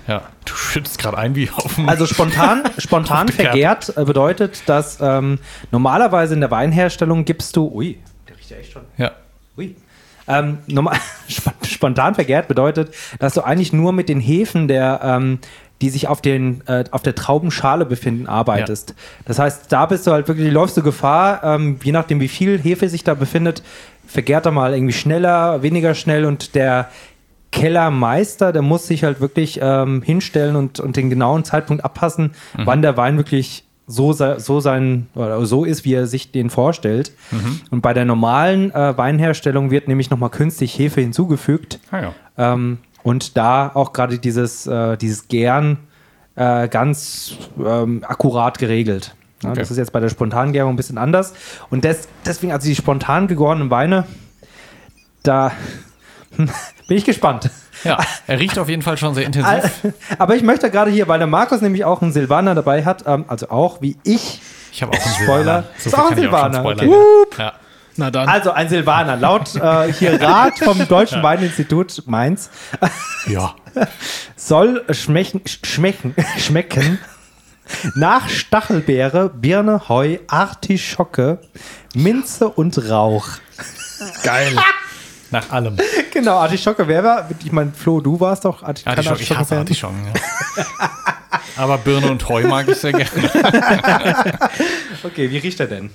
Speaker 1: Ja. Du schüttest gerade ein wie auf dem.
Speaker 3: Also spontan, spontan
Speaker 1: Aufgeklärt.
Speaker 3: vergärt äh, bedeutet, dass ähm, normalerweise in der Weinherstellung gibst du. Ui, der riecht ja echt schon.
Speaker 1: ja.
Speaker 3: Ui. Ähm, normal, spon- spontan vergärt bedeutet, dass du eigentlich nur mit den Hefen der, ähm, die sich auf, den, äh, auf der Traubenschale befinden, arbeitest. Das heißt, da bist du halt wirklich, läufst du Gefahr, ähm, je nachdem wie viel Hefe sich da befindet, vergärt er mal irgendwie schneller, weniger schnell und der Kellermeister, der muss sich halt wirklich ähm, hinstellen und, und den genauen Zeitpunkt abpassen, wann der Wein wirklich so, se- so sein oder so ist, wie er sich den vorstellt. Und bei der normalen äh, Weinherstellung wird nämlich nochmal künstlich Hefe hinzugefügt.
Speaker 1: Ah, ja.
Speaker 3: Ähm, und da auch gerade dieses, äh, dieses Gären äh, ganz ähm, akkurat geregelt. Ja,
Speaker 1: Okay.
Speaker 3: Das ist jetzt bei der Spontangärung ein bisschen anders. Und des, deswegen, also die spontan gegorenen Weine, da bin ich gespannt.
Speaker 1: ja. Er riecht auf jeden Fall schon sehr intensiv.
Speaker 3: Al- Aber ich möchte gerade hier, weil der Markus nämlich auch einen Silvaner dabei hat, ähm, also auch wie ich.
Speaker 1: Ich habe auch einen
Speaker 3: Spoiler.
Speaker 1: Silvaner. So
Speaker 3: Ist
Speaker 1: viel
Speaker 3: auch ein
Speaker 1: kann ich auch schon
Speaker 3: Silvaner,
Speaker 1: spoilern. Ja.
Speaker 2: Na dann.
Speaker 3: Also ein Silvaner, laut äh, hier Rat vom Deutschen Weininstitut Mainz,
Speaker 1: ja.
Speaker 3: soll schmecken, sch- schmecken, schmecken nach Stachelbeere, Birne, Heu, Artischocke, Minze und Rauch.
Speaker 2: Geil.
Speaker 1: Nach allem.
Speaker 3: Genau, Artischocke, wer war? Ich meine, Flo, du warst doch Arti- kein
Speaker 1: Artischock, ich hasse
Speaker 3: Artischocke-Fan.
Speaker 1: Artischocken. Ja. Aber Birne und Heu mag ich sehr gerne.
Speaker 3: Okay, wie riecht er denn?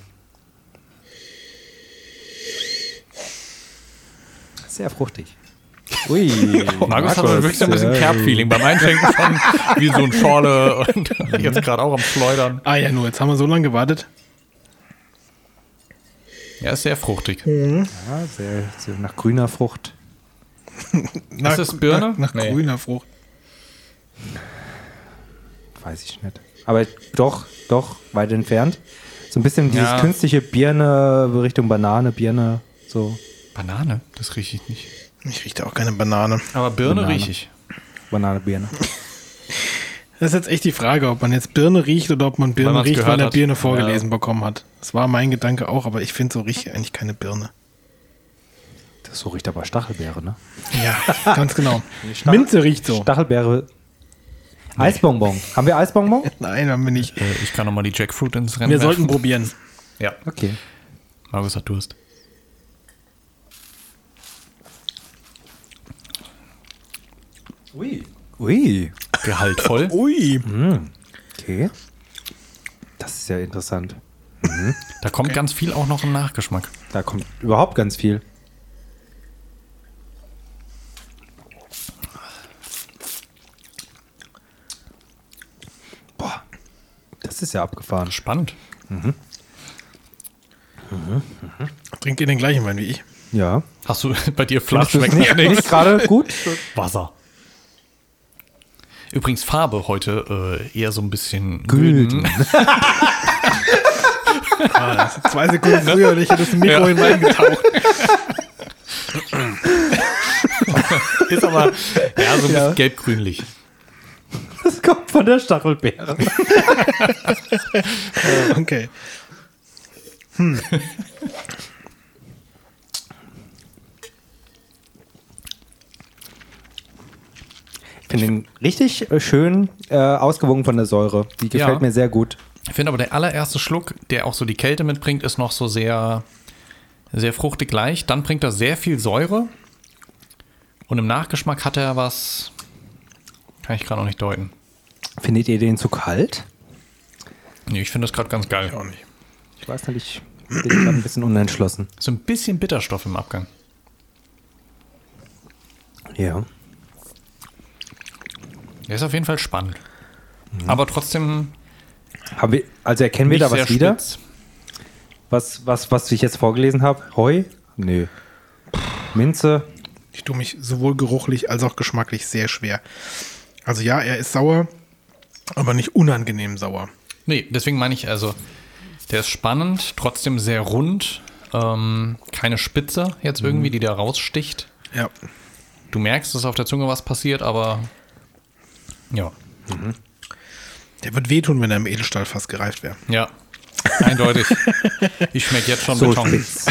Speaker 3: Sehr fruchtig. Ui.
Speaker 1: Markus hat so wirklich so ein bisschen Kerb-Feeling beim Einschenken von wie so ein Schorle und jetzt gerade auch am Schleudern.
Speaker 2: Ah ja, nur jetzt haben wir so lange gewartet.
Speaker 1: Ja, ist sehr fruchtig.
Speaker 3: Ja, sehr, sehr nach grüner Frucht.
Speaker 2: Nach,
Speaker 1: das Birne?
Speaker 2: Nach, nach
Speaker 1: Nee.
Speaker 2: grüner Frucht.
Speaker 3: Weiß ich nicht. Aber doch, doch, weit entfernt. So ein bisschen dieses
Speaker 1: Ja.
Speaker 3: künstliche Birne, Richtung Banane, Birne, so
Speaker 1: Banane, das rieche ich nicht.
Speaker 2: Ich rieche da auch keine Banane.
Speaker 1: Aber Birne
Speaker 3: Banane.
Speaker 1: rieche ich.
Speaker 3: Banane, Birne.
Speaker 2: Das ist jetzt echt die Frage, ob man jetzt Birne riecht oder ob man Birne
Speaker 1: man's
Speaker 2: riecht,
Speaker 1: gehört
Speaker 2: weil er
Speaker 1: hat.
Speaker 2: Birne vorgelesen bekommen hat. Das war mein Gedanke auch, aber ich finde, so riecht eigentlich keine Birne.
Speaker 3: Das so riecht aber Stachelbeere, ne?
Speaker 2: Ja, ganz genau. Minze riecht so.
Speaker 3: Stachelbeere. Eisbonbon. Haben wir Eisbonbon?
Speaker 2: Nein, haben wir nicht.
Speaker 1: Äh, Ich kann nochmal die Jackfruit ins Rennen
Speaker 2: Wir
Speaker 1: werfen.
Speaker 2: sollten probieren.
Speaker 1: Ja,
Speaker 3: Okay.
Speaker 1: Markus hat Durst.
Speaker 3: Ui.
Speaker 4: Ui.
Speaker 1: Gehaltvoll.
Speaker 2: Ui.
Speaker 3: Okay. Das ist ja interessant.
Speaker 1: Da kommt ganz viel auch noch im Nachgeschmack.
Speaker 3: Da kommt überhaupt ganz viel. Boah, das ist ja abgefahren.
Speaker 1: Spannend.
Speaker 2: Trinkt ihr den gleichen Wein wie ich?
Speaker 3: Ja.
Speaker 1: Hast du bei dir Flasch schmeckt
Speaker 3: nicht,
Speaker 1: nach nichts?
Speaker 3: nicht gerade gut?
Speaker 1: Wasser. Übrigens Farbe heute äh, eher so ein bisschen
Speaker 3: Gülden.
Speaker 2: Zwei Sekunden früher, und ich hätte das Mikro in Wein getaucht.
Speaker 1: Ist aber ja, so ein bisschen gelb-grünlich.
Speaker 3: Das kommt von der Stachelbeere.
Speaker 2: Okay.
Speaker 3: Ich finde den richtig äh, schön äh, ausgewogen von der Säure. Die gefällt
Speaker 1: Ja.
Speaker 3: mir sehr gut.
Speaker 1: Ich finde aber der allererste Schluck, der auch so die Kälte mitbringt, ist noch so sehr, sehr fruchtig leicht. Dann bringt er sehr viel Säure. Und im Nachgeschmack hat er was, kann ich gerade noch nicht deuten.
Speaker 3: Findet ihr den zu kalt?
Speaker 1: Nee, ich finde das gerade ganz geil.
Speaker 2: Auch nicht.
Speaker 3: Ich weiß nicht, ich bin gerade ein bisschen unentschlossen.
Speaker 1: So ein bisschen Bitterstoff im Abgang.
Speaker 3: Ja.
Speaker 1: Der ist auf jeden Fall spannend. Aber trotzdem
Speaker 3: Haben wir, also erkennen wir
Speaker 1: nicht
Speaker 3: da
Speaker 1: sehr
Speaker 3: was wieder?
Speaker 1: spitz.
Speaker 3: Was, was, was ich jetzt vorgelesen habe? Heu? Nö. Minze?
Speaker 2: Ich tue mich sowohl geruchlich als auch geschmacklich sehr schwer. Also ja, er ist sauer, aber nicht unangenehm sauer.
Speaker 1: Nee, deswegen meine ich, also, der ist spannend, trotzdem sehr rund. Ähm, keine Spitze jetzt irgendwie,
Speaker 3: Mhm.
Speaker 1: die da raussticht.
Speaker 2: Ja.
Speaker 1: Du merkst, dass auf der Zunge was passiert, aber ja,
Speaker 2: Der wird wehtun, wenn er im Edelstahl fast gereift wäre.
Speaker 1: ja, eindeutig. Ich schmecke jetzt schon
Speaker 3: So
Speaker 1: Beton.
Speaker 3: spitz.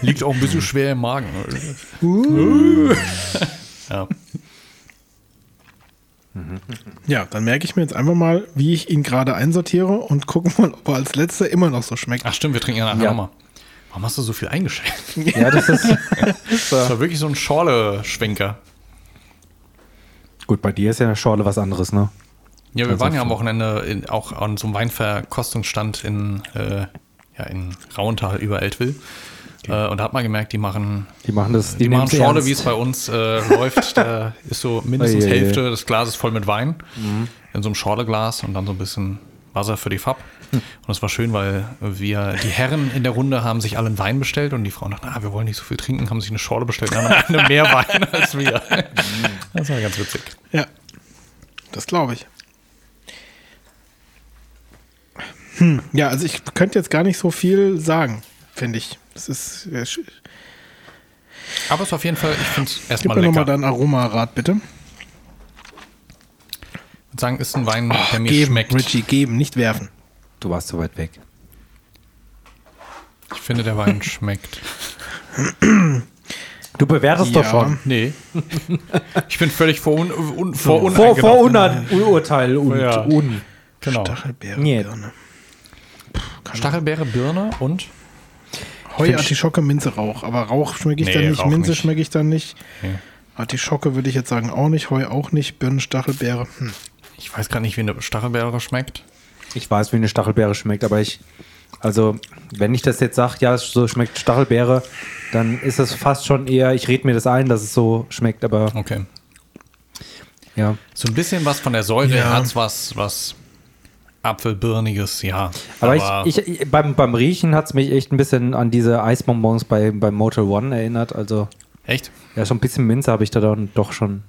Speaker 1: Liegt auch ein bisschen schwer im Magen.
Speaker 3: Uh.
Speaker 1: ja.
Speaker 2: Ja, dann merke ich mir jetzt einfach mal, wie ich ihn gerade einsortiere und gucke mal, ob er als letzter immer noch so schmeckt.
Speaker 1: Ach stimmt, wir trinken ja nachher
Speaker 3: Ja.
Speaker 1: nochmal. Warum hast du so viel eingeschenkt?
Speaker 3: Ja, das ist. ist
Speaker 1: Das
Speaker 3: äh,
Speaker 1: war wirklich so ein Schorle-Schwenker.
Speaker 3: gut, bei dir ist ja eine Schorle was anderes, ne?
Speaker 1: Ja, wir
Speaker 3: Also
Speaker 1: waren ja am
Speaker 3: von-
Speaker 1: Wochenende in, auch an so einem Weinverkostungsstand in, äh, ja, in Rauental über Eltville. Äh, und da hat man gemerkt, die machen,
Speaker 3: Die machen das.
Speaker 1: die machen
Speaker 3: nehmen's
Speaker 1: Schorle,
Speaker 3: ernst.
Speaker 1: wie es bei uns äh, läuft. Da ist so mindestens
Speaker 3: Uiuiui.
Speaker 1: Hälfte des Glases voll mit Wein. In so einem Schorleglas und dann so ein bisschen Wasser für die Fab. Und es war schön, weil wir, die Herren in der Runde haben sich alle einen Wein bestellt und die Frauen dachten, ah, wir wollen nicht so viel trinken, haben sich eine Schorle bestellt und haben am Ende mehr Wein als wir. Das war ganz witzig.
Speaker 2: Ja. Das glaube ich. Hm, ja, also ich könnte jetzt gar nicht so viel sagen, finde ich. Das ist. äh, sch-
Speaker 1: Aber es ist auf jeden Fall, ich finde es
Speaker 2: Gib
Speaker 1: erstmal
Speaker 2: mir nochmal
Speaker 1: lecker.
Speaker 2: dein Aromarat, bitte.
Speaker 1: würde sagen, ist ein Wein, der mir
Speaker 2: Oh, geben,
Speaker 1: schmeckt.
Speaker 2: Richie, geben, nicht werfen.
Speaker 3: Du warst so weit weg.
Speaker 1: Ich finde, der Wein schmeckt.
Speaker 3: Du bewertest
Speaker 2: Ja.
Speaker 3: doch schon.
Speaker 1: Nee. ich bin völlig vor, un, un, vor
Speaker 3: Vor,
Speaker 1: uneingenommen.
Speaker 3: vor Unur- Urteil und.
Speaker 1: Ja.
Speaker 3: Un.
Speaker 1: Genau.
Speaker 2: Stachelbeere,
Speaker 3: Nee.
Speaker 2: Birne.
Speaker 1: Stachelbeere, Birne und
Speaker 2: Heu, Artischocke, Minze, Rauch. Aber Rauch schmecke ich
Speaker 1: Nee,
Speaker 2: dann nicht,
Speaker 1: Rauch
Speaker 2: Minze
Speaker 1: nicht.
Speaker 2: schmecke ich dann nicht.
Speaker 1: Nee.
Speaker 2: Artischocke würde ich jetzt sagen auch nicht, Heu auch nicht, Birnen, Stachelbeere. Hm.
Speaker 1: ich weiß gar nicht, wie eine Stachelbeere schmeckt.
Speaker 3: Ich weiß, wie eine Stachelbeere schmeckt, aber ich. Also, wenn ich das jetzt sage, ja, so schmeckt Stachelbeere, dann ist das fast schon eher, ich rede mir das ein, dass es so schmeckt, aber
Speaker 1: Okay.
Speaker 3: ja.
Speaker 1: So ein bisschen was von der Säure
Speaker 2: Ja.
Speaker 1: hat's was, was Apfelbirniges, ja.
Speaker 3: Aber, ich, ich, ich, beim, beim Riechen hat es mich echt ein bisschen an diese Eisbonbons bei, bei Motel One erinnert. Also,
Speaker 1: echt?
Speaker 3: ja, schon ein bisschen Minze habe ich da dann doch schon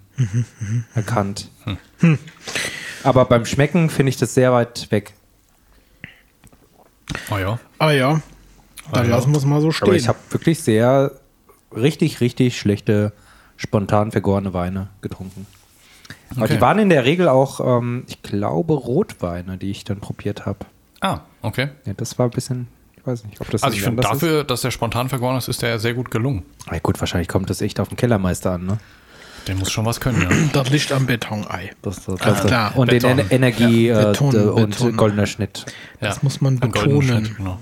Speaker 3: erkannt. Aber beim Schmecken finde ich das sehr weit weg.
Speaker 1: Oh ja.
Speaker 2: Ah ja, dann
Speaker 1: ja.
Speaker 2: lassen wir es mal so
Speaker 3: Aber
Speaker 2: stehen.
Speaker 3: ich habe wirklich sehr, richtig, richtig schlechte, spontan vergorene Weine getrunken. Aber
Speaker 1: Okay.
Speaker 3: die waren in der Regel auch, ähm, ich glaube, Rotweine, die ich dann probiert habe.
Speaker 1: Ah, okay.
Speaker 3: Ja, das war ein bisschen, ich weiß nicht, ob das
Speaker 1: Also ich finde
Speaker 3: irgendwie anders
Speaker 1: dafür, dass der spontan vergoren ist, ist der sehr gut gelungen.
Speaker 3: ist. Na gut, wahrscheinlich kommt das echt auf den Kellermeister an, ne?
Speaker 1: Der muss schon was können, ja.
Speaker 2: das Licht am Betonei.
Speaker 3: Das, das,
Speaker 2: Ah, klar,
Speaker 3: und
Speaker 1: Beton.
Speaker 3: den Ener Energie
Speaker 2: Ja,
Speaker 3: äh,
Speaker 2: Beton,
Speaker 3: d- und
Speaker 2: Beton.
Speaker 3: goldener Schnitt.
Speaker 1: Das
Speaker 2: muss man betonen.
Speaker 1: genau.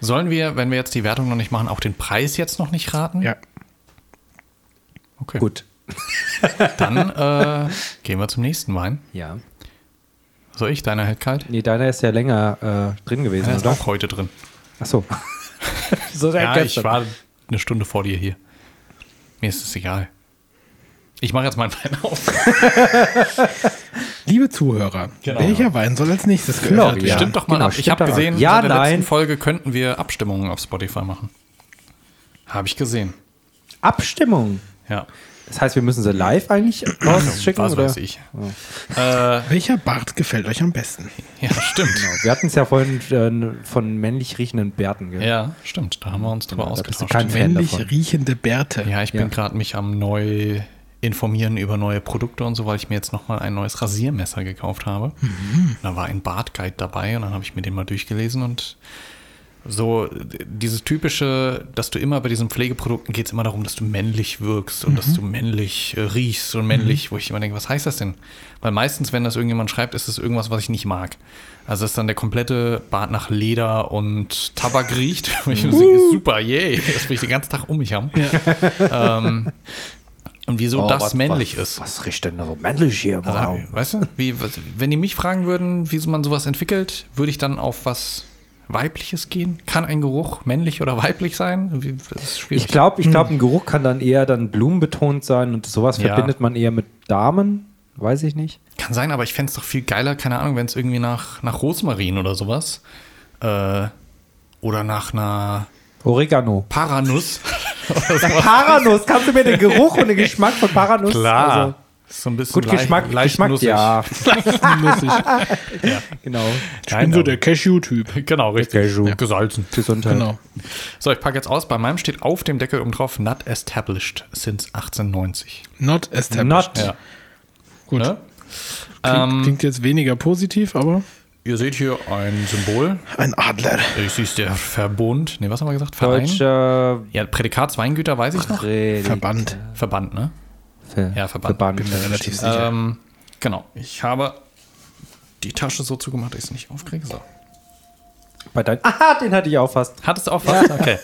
Speaker 1: Sollen wir, wenn wir jetzt die Wertung noch nicht machen, auch den Preis jetzt noch nicht raten?
Speaker 2: Ja.
Speaker 1: Okay.
Speaker 3: Gut.
Speaker 1: Dann äh, gehen wir zum nächsten Wein.
Speaker 3: Ja.
Speaker 1: Soll ich? Deiner hält kalt?
Speaker 3: Nee, deiner ist ja länger äh, drin gewesen,
Speaker 1: Der ist
Speaker 3: oder?
Speaker 1: auch heute drin.
Speaker 3: Achso. so der
Speaker 1: Ja, ich
Speaker 3: gestern.
Speaker 1: war eine Stunde vor dir hier. Mir ist es egal. Ich mache jetzt meinen Wein auf.
Speaker 2: Liebe Zuhörer,
Speaker 1: Genau.
Speaker 2: welcher Wein soll als nächstes geöffnet
Speaker 3: Florian. Ja,
Speaker 2: werden?
Speaker 1: Stimmt doch mal
Speaker 3: genau,
Speaker 1: ab. Ich
Speaker 3: stimmt
Speaker 1: habe
Speaker 3: doch ab.
Speaker 1: gesehen,
Speaker 3: Ja,
Speaker 1: in der
Speaker 3: nein.
Speaker 1: letzten Folge könnten wir Abstimmungen auf Spotify machen. Habe ich gesehen.
Speaker 3: Abstimmung.
Speaker 1: Ja.
Speaker 3: Das heißt, wir müssen sie live eigentlich rausschicken,
Speaker 1: Was
Speaker 3: oder?
Speaker 1: weiß ich. Äh,
Speaker 2: Welcher Bart gefällt euch am besten?
Speaker 1: ja, stimmt.
Speaker 3: Genau. Wir hatten es ja vorhin äh, von männlich riechenden Bärten gehört.
Speaker 1: Ja, stimmt. Da haben wir uns drüber
Speaker 3: Genau, da bist du
Speaker 1: ausgetauscht.
Speaker 3: kein Fan
Speaker 2: Männlich
Speaker 3: davon.
Speaker 2: riechende Bärte.
Speaker 1: Ja, ich
Speaker 3: Ja.
Speaker 1: bin gerade mich am neu informieren über neue Produkte und so, weil ich mir jetzt nochmal ein neues Rasiermesser gekauft habe.
Speaker 3: Mhm.
Speaker 1: Da war ein Bartguide dabei und dann habe ich mir den mal durchgelesen und so äh, dieses typische, dass du immer bei diesen Pflegeprodukten geht es immer darum, dass du männlich wirkst und dass du männlich äh, riechst und männlich, wo ich immer denke, was heißt das denn? Weil meistens, wenn das irgendjemand schreibt, ist es irgendwas, was ich nicht mag. Also ist dann der komplette Bart nach Leder und Tabak riecht. Und ich denke, super, yay, das will ich den ganzen Tag um mich haben. Ähm, und wieso
Speaker 3: Oh,
Speaker 1: das männlich ist.
Speaker 3: Was riecht denn da so männlich hier?
Speaker 1: Also, Weißt du, wie, was, wenn die mich fragen würden, wieso man sowas entwickelt, würde ich dann auf was Weibliches gehen? Kann ein Geruch männlich oder weiblich sein? Wie, das ist schwierig.
Speaker 3: Ich glaube, ich glaub, ein Geruch kann dann eher dann blumenbetont sein und sowas
Speaker 1: Hm. Ja.
Speaker 3: verbindet man eher mit Damen. Weiß ich nicht.
Speaker 1: Kann sein, aber ich fände es doch viel geiler, keine Ahnung, wenn es irgendwie nach, nach Rosmarin oder sowas äh, oder nach einer
Speaker 3: Oregano.
Speaker 1: Paranuss.
Speaker 3: Paranuss, kannst du mir den Geruch und den Geschmack von Paranuss? Also,
Speaker 1: so ein bisschen
Speaker 3: gut,
Speaker 1: leicht,
Speaker 3: Geschmack,
Speaker 1: leicht
Speaker 3: Geschmack,
Speaker 1: nussig.
Speaker 3: ja.
Speaker 2: Nussig.
Speaker 3: Genau.
Speaker 2: Ich bin so der Cashew-Typ.
Speaker 1: Genau, richtig.
Speaker 3: Cashew.
Speaker 1: Ja, gesalzen.
Speaker 3: Gesundheit.
Speaker 2: Genau.
Speaker 1: So, ich packe jetzt aus. Bei meinem steht auf dem Deckel oben drauf Not Established since 1890.
Speaker 2: Not established.
Speaker 3: Not.
Speaker 1: Ja.
Speaker 2: Gut.
Speaker 1: Ne?
Speaker 2: Klingt,
Speaker 1: Ähm,
Speaker 2: klingt jetzt weniger positiv, aber
Speaker 1: Ihr seht hier ein Symbol.
Speaker 2: ein Adler.
Speaker 1: Ich sehe der Verbund. Ne, was haben wir gesagt? Verein?
Speaker 3: Deutscher
Speaker 1: Ja, Prädikatsweingüter weiß ich noch.
Speaker 3: Verband.
Speaker 2: Verband.
Speaker 1: Verband, ne? Ja, Verband.
Speaker 3: Verband.
Speaker 2: Bin mir relativ sicher.
Speaker 1: Ähm, genau. Ich habe die Tasche so zugemacht, dass ich es nicht aufkriege. So.
Speaker 3: Bei dein Aha, den hatte ich auch fast.
Speaker 1: Hattest du auch was? Okay.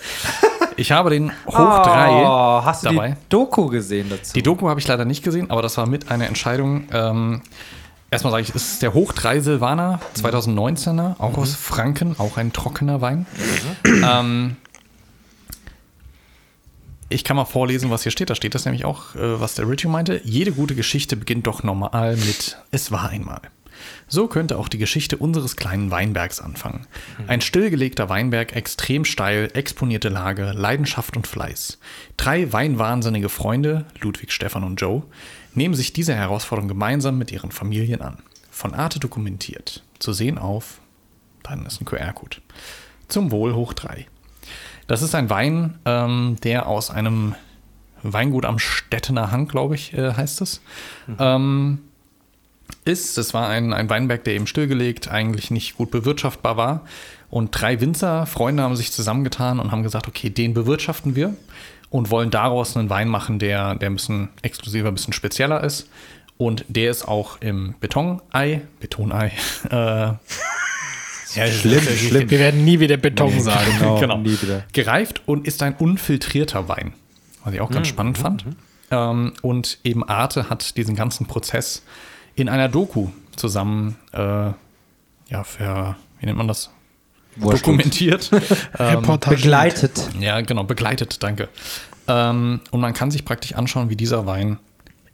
Speaker 1: Ich habe den Hoch 3
Speaker 3: Oh, hast du
Speaker 1: dabei.
Speaker 3: die Doku gesehen dazu?
Speaker 1: Die Doku habe ich leider nicht gesehen, aber das war mit eine Entscheidung. Ähm, erstmal sage ich, es ist der Hoch 3 Silvaner, 2019er, auch aus Franken, auch ein trockener Wein. ähm, ich kann mal vorlesen, was hier steht. Da steht das nämlich auch, äh, was der Richie meinte. Jede gute Geschichte beginnt doch normal mit Es war einmal. So könnte auch die Geschichte unseres kleinen Weinbergs anfangen. Ein stillgelegter Weinberg, extrem steil, exponierte Lage, Leidenschaft und Fleiß. Drei weinwahnsinnige Freunde, Ludwig, Stefan und Joe, nehmen sich diese Herausforderung gemeinsam mit ihren Familien an. Von Arte dokumentiert. Zu sehen auf, dann ist ein QR-Code. Zum Wohl hoch drei. Das ist ein Wein, ähm, der aus einem Weingut am Stettener Hang, glaube ich, äh, heißt es, ähm, ist. Es war ein, ein Weinberg, der eben stillgelegt, eigentlich nicht gut bewirtschaftbar war. Und drei Winzerfreunde haben sich zusammengetan und haben gesagt, okay, den bewirtschaften wir und wollen daraus einen Wein machen, der, der ein bisschen exklusiver, ein bisschen spezieller ist. Und der ist auch im Betonei, Betonei, äh, ja, schlimm, schlimm
Speaker 2: Wir werden nie wieder Beton sagen.
Speaker 1: genau.
Speaker 3: nie wieder.
Speaker 1: gereift und ist ein unfiltrierter Wein, was ich auch ganz spannend fand. Ähm, und eben Arte hat diesen ganzen Prozess in einer Doku zusammen, äh, ja, ver, wie nennt man das?
Speaker 3: Wurscht.
Speaker 1: Dokumentiert.
Speaker 2: Reportage.
Speaker 3: Begleitet.
Speaker 1: ja, genau, begleitet, danke. Ähm, und man kann sich praktisch anschauen, wie dieser Wein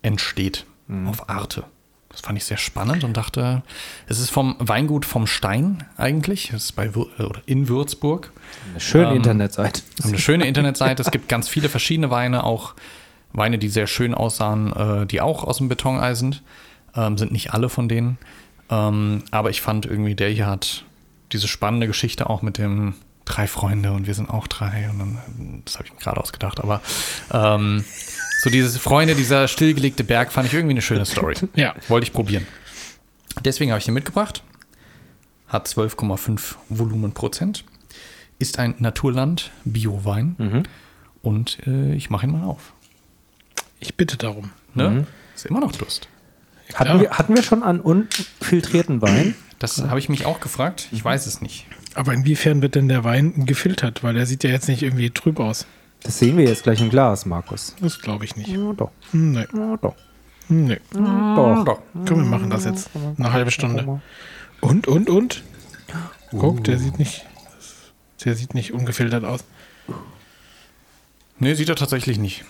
Speaker 1: entsteht auf Arte. Das fand ich sehr spannend und dachte, es ist vom Weingut vom Stein eigentlich, es ist bei, Wür- oder in Würzburg.
Speaker 3: Eine schöne
Speaker 1: Ähm,
Speaker 3: Internetseite.
Speaker 1: Wir haben eine schöne Internetseite. Es gibt ganz viele verschiedene Weine, auch Weine, die sehr schön aussahen, äh, die auch aus dem Betonei sind. Ähm, sind nicht alle von denen. Ähm, aber ich fand irgendwie, der hier hat diese spannende Geschichte auch mit dem drei Freunde und wir sind auch drei. Und dann, ähm, das habe ich mir gerade ausgedacht, aber ähm, so dieses Freunde, dieser stillgelegte Berg fand ich irgendwie eine schöne Story.
Speaker 2: Ja.
Speaker 1: Wollte ich probieren. Deswegen habe ich den mitgebracht. Hat 12,5 Volumenprozent. Ist ein Naturland, Biowein. Und äh, ich mache ihn mal auf.
Speaker 2: Ich bitte darum.
Speaker 1: Ne? Ist immer noch Durst.
Speaker 3: Hatten, wir, hatten wir schon an unfiltrierten Wein?
Speaker 1: Das habe ich mich auch gefragt. Ich weiß es nicht.
Speaker 2: Aber inwiefern wird denn der Wein gefiltert? Weil der sieht ja jetzt nicht irgendwie trüb aus.
Speaker 3: Das sehen wir jetzt gleich im Glas, Markus.
Speaker 2: Das glaube ich nicht. Hm,
Speaker 3: Ja, doch.
Speaker 2: Nee, Hm,
Speaker 3: Ja, doch.
Speaker 2: nee.
Speaker 3: Doch.
Speaker 2: Komm, wir machen das jetzt. Eine halbe Stunde. Und, und, und? Guck,
Speaker 1: Uh.
Speaker 2: der sieht nicht. Der sieht nicht ungefiltert aus.
Speaker 1: Nee, Ne, sieht er tatsächlich nicht.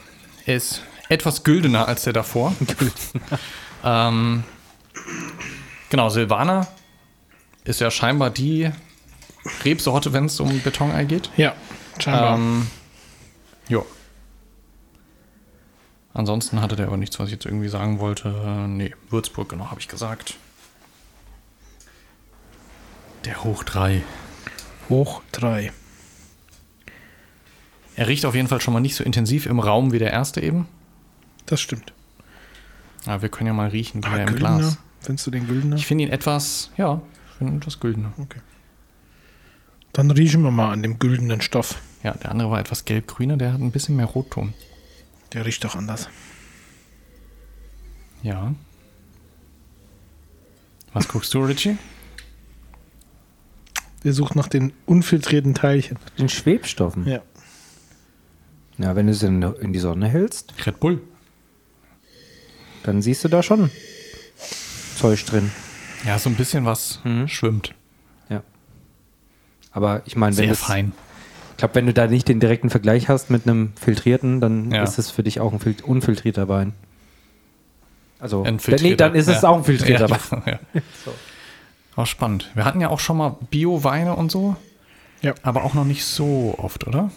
Speaker 1: Er ist etwas güldener als der davor. ähm, genau, Silvaner ist ja scheinbar die Rebsorte, wenn es um Betonei geht.
Speaker 2: Ja, scheinbar.
Speaker 1: Ähm, jo. Ansonsten hatte der aber nichts, was ich jetzt irgendwie sagen wollte. Äh, Nee, Würzburg, genau, habe ich gesagt. Der Hoch 3.
Speaker 2: Hoch 3.
Speaker 1: Er riecht auf jeden Fall schon mal nicht so intensiv im Raum wie der erste eben.
Speaker 2: Das stimmt.
Speaker 1: Aber wir können ja mal riechen, wie
Speaker 2: Ah,
Speaker 1: er im
Speaker 2: Güldener.
Speaker 1: Glas.
Speaker 2: Findest du den Güldener?
Speaker 1: Ich finde ihn etwas, ja, ich finde ihn etwas güldener.
Speaker 2: Okay. Dann riechen wir mal an dem güldenen Stoff.
Speaker 1: Ja, der andere war etwas gelb-grüner, der hat ein bisschen mehr Rotton.
Speaker 2: Der riecht doch anders.
Speaker 1: Ja. Was guckst du, Richie?
Speaker 2: Der sucht nach den unfiltrierten Teilchen.
Speaker 3: Den Schwebstoffen. Ja.
Speaker 2: Ja.
Speaker 3: wenn du sie in, in die Sonne hältst,
Speaker 1: Red Bull.
Speaker 3: dann siehst du da schon Zeug drin.
Speaker 1: Ja, so ein bisschen was schwimmt.
Speaker 3: Ja. Aber ich meine, wenn
Speaker 1: Sehr
Speaker 3: das-
Speaker 1: fein.
Speaker 3: ich glaube, wenn du da nicht den direkten Vergleich hast mit einem filtrierten, dann
Speaker 1: Ja.
Speaker 3: ist es für dich auch ein fil- unfiltrierter Wein. Also,
Speaker 1: Ein
Speaker 3: nee, dann ist es
Speaker 1: Ja.
Speaker 3: auch ein filtrierter Wein.
Speaker 1: Ja, ja. War spannend. Wir hatten ja auch schon mal Bio-Weine und so,
Speaker 2: ja.
Speaker 1: aber auch noch nicht so oft, oder?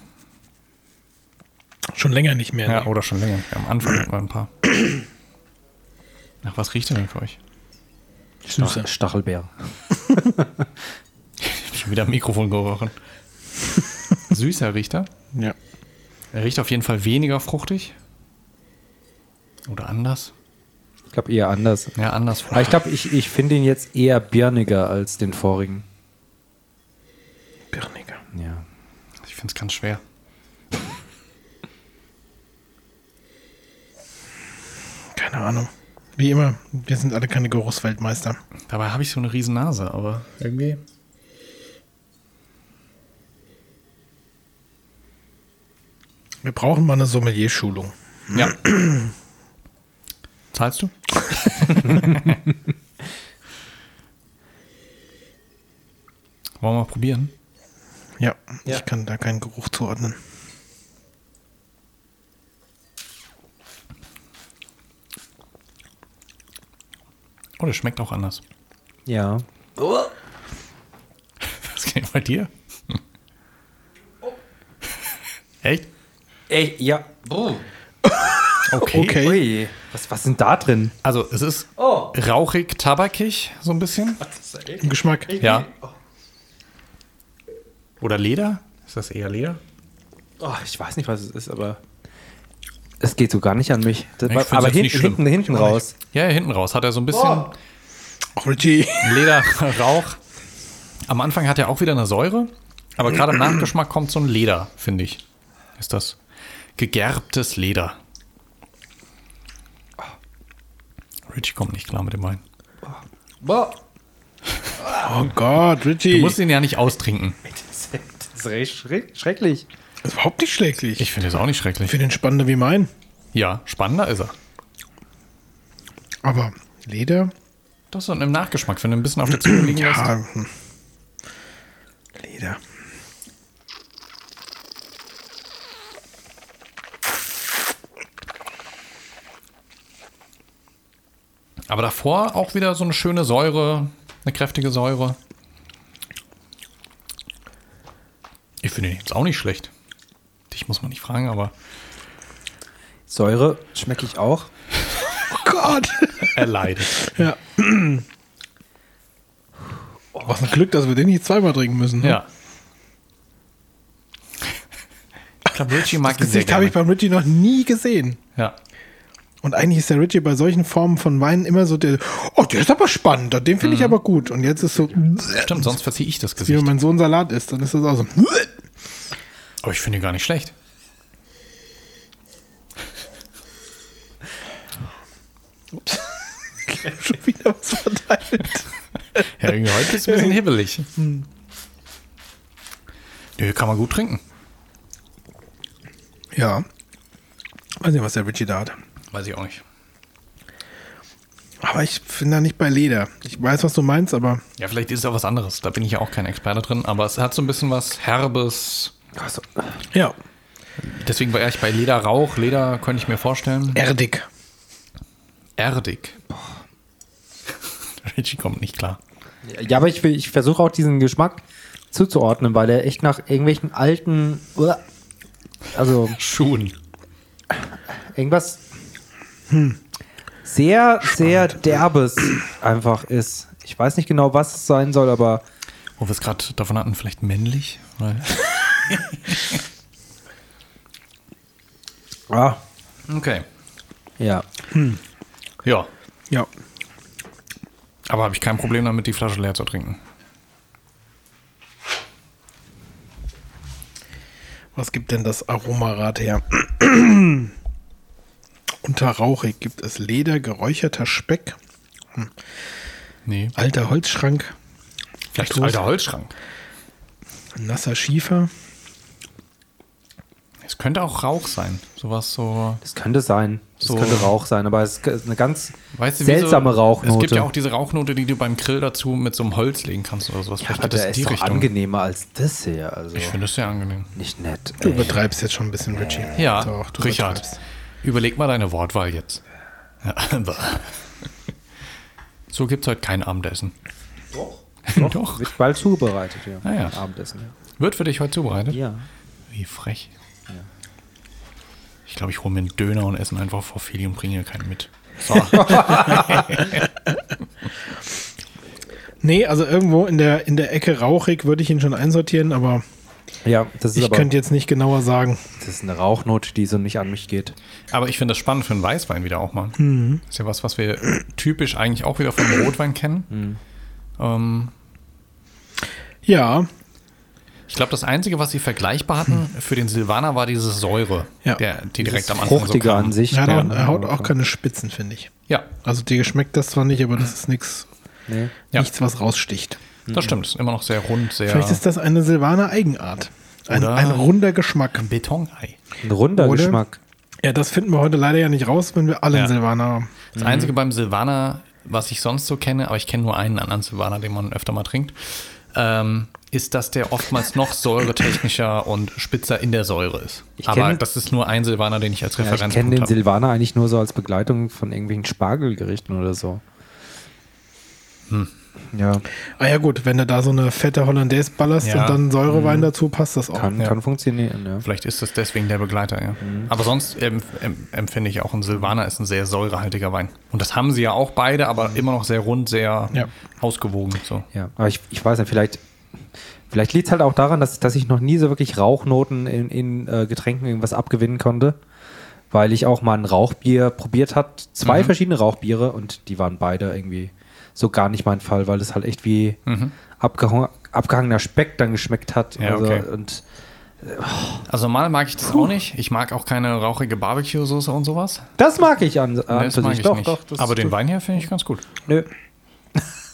Speaker 2: Schon länger nicht mehr.
Speaker 1: Ja,
Speaker 2: ne?
Speaker 1: oder schon länger. Am Anfang waren ein paar. Nach was riecht er denn für euch?
Speaker 2: Süßer.
Speaker 3: Stachelbeer.
Speaker 1: Ich hab schon wieder am Mikrofon gerochen. Süßer riecht er.
Speaker 2: Ja.
Speaker 1: Er riecht auf jeden Fall weniger fruchtig. Oder anders.
Speaker 3: Ich glaube, eher anders.
Speaker 1: Ja, anders.
Speaker 3: Aber ich glaube, ich, ich finde ihn jetzt eher birniger als den vorigen.
Speaker 2: Birniger.
Speaker 3: Ja.
Speaker 1: Ich finde es ganz schwer.
Speaker 2: Keine Ahnung. Wie immer, wir sind alle keine Geruchsweltmeister.
Speaker 1: Dabei habe ich so eine riesen Nase, aber irgendwie.
Speaker 2: Wir brauchen mal eine Sommelier-Schulung.
Speaker 1: Ja. Zahlst du? Wollen wir mal probieren?
Speaker 2: Ja,
Speaker 3: Ja.
Speaker 2: ich kann da keinen Geruch zuordnen.
Speaker 1: Oh, das schmeckt auch anders.
Speaker 3: Ja.
Speaker 1: Was geht bei dir? Echt?
Speaker 3: Ey, ja.
Speaker 1: Oh. Okay.
Speaker 2: Okay.
Speaker 3: Ui, was, was sind da drin?
Speaker 1: Also, es ist
Speaker 3: Oh.
Speaker 1: rauchig, tabakig, so ein bisschen.
Speaker 2: Im Geschmack.
Speaker 1: Ja. Oder Leder? Ist das eher Leder?
Speaker 3: Oh, ich weiß nicht, was es ist, aber. Es geht so gar nicht an mich. Das
Speaker 1: Ich
Speaker 3: war,
Speaker 1: find's
Speaker 3: aber
Speaker 1: jetzt
Speaker 3: hinten,
Speaker 1: nicht schlimm.
Speaker 3: hinten, hinten raus.
Speaker 1: Ja, ja, hinten raus hat er so ein bisschen
Speaker 2: Oh, Richie.
Speaker 1: Leder, Rauch. Am Anfang hat er auch wieder eine Säure, aber gerade im Nachgeschmack kommt so ein Leder, finde ich. Ist das gegerbtes Leder. Richie kommt nicht klar mit dem Wein.
Speaker 2: Oh Gott,
Speaker 1: Du
Speaker 2: Richie.
Speaker 1: musst ihn ja nicht austrinken.
Speaker 3: Das ist recht schreck- schrecklich.
Speaker 2: Das ist überhaupt nicht schläglich.
Speaker 1: Ich finde es auch nicht
Speaker 2: Für
Speaker 1: schrecklich.
Speaker 2: den Spannender wie mein.
Speaker 1: Ja, spannender ist er.
Speaker 2: Aber Leder.
Speaker 1: Das ist im Nachgeschmack, wenn du ein bisschen auf der Zunge liegen lässt.
Speaker 2: Ja. hm. Leder.
Speaker 1: Aber davor auch wieder so eine schöne Säure, eine kräftige Säure. Ich finde ihn jetzt auch nicht schlecht. Dich muss man nicht fragen, aber
Speaker 3: Säure schmecke ich auch.
Speaker 2: Oh Gott.
Speaker 1: er leidet.
Speaker 2: Ja. Oh, was ein Glück, dass wir den nicht zweimal trinken müssen. ne?
Speaker 1: ja. Ich glaube, Richie mag
Speaker 2: Das
Speaker 1: ihn sehr
Speaker 2: Gesicht habe ich
Speaker 1: gerne.
Speaker 2: beim Richie noch nie gesehen.
Speaker 1: Ja.
Speaker 2: Und eigentlich ist der Richie bei solchen Formen von Wein immer so der, oh, der ist aber spannend, den finde ich aber gut. Und jetzt ist so, wie
Speaker 1: Stimmt, sonst verziehe ich das
Speaker 2: wenn
Speaker 1: Gesicht.
Speaker 2: mein Sohn Salat isst, dann ist das auch so.
Speaker 1: Aber ich finde ihn gar nicht schlecht.
Speaker 2: Schon wieder was verteilt.
Speaker 1: Ja, irgendwie heute ist ein bisschen hibbelig. Nö, kann man gut trinken.
Speaker 2: Ja. Weiß nicht, was der Richie da hat.
Speaker 1: Weiß ich auch nicht.
Speaker 2: Aber ich bin da nicht bei Leder. Ich weiß, was du meinst, aber
Speaker 1: Ja, vielleicht ist es auch was anderes. Da bin ich ja auch kein Experte drin, aber es hat so ein bisschen was Herbes.
Speaker 3: Also,
Speaker 2: ja,
Speaker 1: Deswegen war ich bei Lederrauch. Leder könnte ich mir vorstellen.
Speaker 2: erdig.
Speaker 1: Erdig. Richie kommt nicht klar.
Speaker 3: ja, aber ich, will- ich versuche auch diesen Geschmack zuzuordnen, weil er echt nach irgendwelchen alten. Uah. Also
Speaker 1: Schuhen.
Speaker 3: irgendwas
Speaker 1: Hm.
Speaker 3: sehr, sehr derbes einfach ist. Ich weiß nicht genau, was es sein soll, aber
Speaker 1: Wo wir es gerade davon hatten, vielleicht männlich? Weil
Speaker 3: ah,
Speaker 1: okay.
Speaker 3: ja.
Speaker 1: Ja.
Speaker 2: Ja.
Speaker 1: Aber habe ich kein Problem damit, die Flasche leer zu trinken.
Speaker 2: Was gibt denn das Aromarad her? Unter Rauchig gibt es Leder, geräucherter Speck,
Speaker 1: Nee.
Speaker 2: alter Holzschrank,
Speaker 1: Vielleicht
Speaker 2: Stoß.
Speaker 1: alter Holzschrank.
Speaker 2: nasser Schiefer.
Speaker 1: Es könnte auch Rauch sein. Sowas so.
Speaker 3: Das könnte sein. Das
Speaker 1: So.
Speaker 3: könnte Rauch sein, aber es ist eine ganz
Speaker 1: Weißt du, wie
Speaker 3: seltsame
Speaker 1: so,
Speaker 3: Rauchnote.
Speaker 1: Es gibt ja auch diese Rauchnote, die du beim Grill dazu mit so einem Holz legen kannst oder sowas.
Speaker 3: ja, aber der ist doch angenehmer als das hier. Also
Speaker 1: Ich finde es sehr angenehm.
Speaker 3: nicht nett.
Speaker 2: Du
Speaker 3: ey.
Speaker 2: übertreibst jetzt schon ein bisschen, Richie.
Speaker 1: Ja,
Speaker 2: Doch, du
Speaker 1: Richard,
Speaker 2: übertreibst.
Speaker 1: überleg mal deine Wortwahl jetzt. Ja, aber- so gibt es heute kein Abendessen. Doch. Doch.
Speaker 3: Wird bald zubereitet, ja.
Speaker 1: Ah, ja.
Speaker 3: Abendessen,
Speaker 1: Wird für dich heute zubereitet?
Speaker 3: ja. ja.
Speaker 1: Wie frech. Ich glaube, ich hole mir einen Döner und esse ihn einfach vor Feli und bringe hier keinen mit. So.
Speaker 2: Nee, also irgendwo in der, in der Ecke Rauchig würde ich ihn schon einsortieren, aber
Speaker 3: Ja, das ist
Speaker 2: ich
Speaker 3: aber
Speaker 2: könnte jetzt nicht genauer sagen.
Speaker 3: das ist eine Rauchnote, die so nicht an mich geht.
Speaker 1: Aber ich finde das spannend für einen Weißwein wieder auch mal.
Speaker 2: Mhm.
Speaker 1: Ist ja was, was wir typisch eigentlich auch wieder vom Rotwein kennen. Ähm,
Speaker 2: Ja,
Speaker 1: Ich glaube, das Einzige, was sie vergleichbar hatten für den Silvaner, war diese Säure,
Speaker 2: Ja.
Speaker 1: der, die
Speaker 3: Das
Speaker 1: direkt am Anfang so
Speaker 3: fruchtige
Speaker 1: kam.
Speaker 3: an sich.
Speaker 2: er hat,
Speaker 3: ja,
Speaker 2: auch,
Speaker 3: ne,
Speaker 2: er haut
Speaker 3: aber-
Speaker 2: auch keine Spitzen, finde ich.
Speaker 1: Ja,
Speaker 2: Also dir geschmeckt das zwar nicht, aber das ist nix,
Speaker 3: Nee.
Speaker 1: Ja.
Speaker 2: nichts, was raussticht.
Speaker 1: das stimmt. Ist immer noch sehr rund, sehr
Speaker 2: Vielleicht ist das eine Silvaner Eigenart. Ein,
Speaker 1: Oder-
Speaker 2: ein runder Geschmack.
Speaker 1: Betonei.
Speaker 3: Ein runder
Speaker 2: Oder?
Speaker 3: Geschmack.
Speaker 2: Ja, das finden wir heute leider ja nicht raus, wenn wir alle
Speaker 1: Ja.
Speaker 2: einen Silvaner haben.
Speaker 3: Mhm.
Speaker 1: Das Einzige beim Silvaner, was ich sonst so kenne, aber ich kenne nur einen anderen Silvaner, den man öfter mal trinkt, ähm, ist, dass der oftmals noch säuretechnischer und spitzer in der Säure ist.
Speaker 3: Ich
Speaker 1: aber
Speaker 3: kenn-
Speaker 1: das ist nur ein Silvaner, den ich als
Speaker 3: Ja,
Speaker 1: Referenz
Speaker 3: ich kenne den
Speaker 1: habe.
Speaker 3: Silvaner eigentlich nur so als Begleitung von irgendwelchen Spargelgerichten oder so.
Speaker 1: Hm.
Speaker 3: Ja,
Speaker 2: Ah ja gut, wenn du da so eine fette Hollandaise ballerst
Speaker 1: Ja. Mhm.
Speaker 2: und dann Säurewein dazu, passt das auch.
Speaker 3: kann,
Speaker 1: Oh, Ja.
Speaker 3: kann funktionieren. Ja.
Speaker 1: Vielleicht ist das deswegen der Begleiter, ja.
Speaker 3: Mhm.
Speaker 1: Aber sonst ähm, ähm, empfinde ich auch, ein Silvaner ist ein sehr säurehaltiger Wein. Und das haben sie ja auch beide,
Speaker 3: Mhm.
Speaker 1: aber immer noch sehr rund, sehr
Speaker 2: Ja.
Speaker 1: ausgewogen. So.
Speaker 3: Ja, aber ich, ich weiß nicht, vielleicht, vielleicht liegt es halt auch daran, dass, dass ich noch nie so wirklich Rauchnoten in, in äh, Getränken irgendwas abgewinnen konnte, weil ich auch mal ein Rauchbier probiert hat,
Speaker 1: Mhm.
Speaker 3: zwei verschiedene Rauchbiere und die waren beide irgendwie so gar nicht mein Fall, weil es halt echt wie abgehang, abgehangener Speck dann geschmeckt hat.
Speaker 1: Mhm. Ja, okay.
Speaker 3: und
Speaker 1: Also normal mag ich das auch nicht. Ich mag auch keine rauchige Barbecue-Soße und sowas.
Speaker 3: das mag ich an, an
Speaker 1: Nee, das
Speaker 3: für
Speaker 1: mag
Speaker 3: sich.
Speaker 1: ich
Speaker 3: doch,
Speaker 1: nicht.
Speaker 3: doch. Das,
Speaker 1: aber den Wein hier finde ich ganz gut.
Speaker 3: Nö.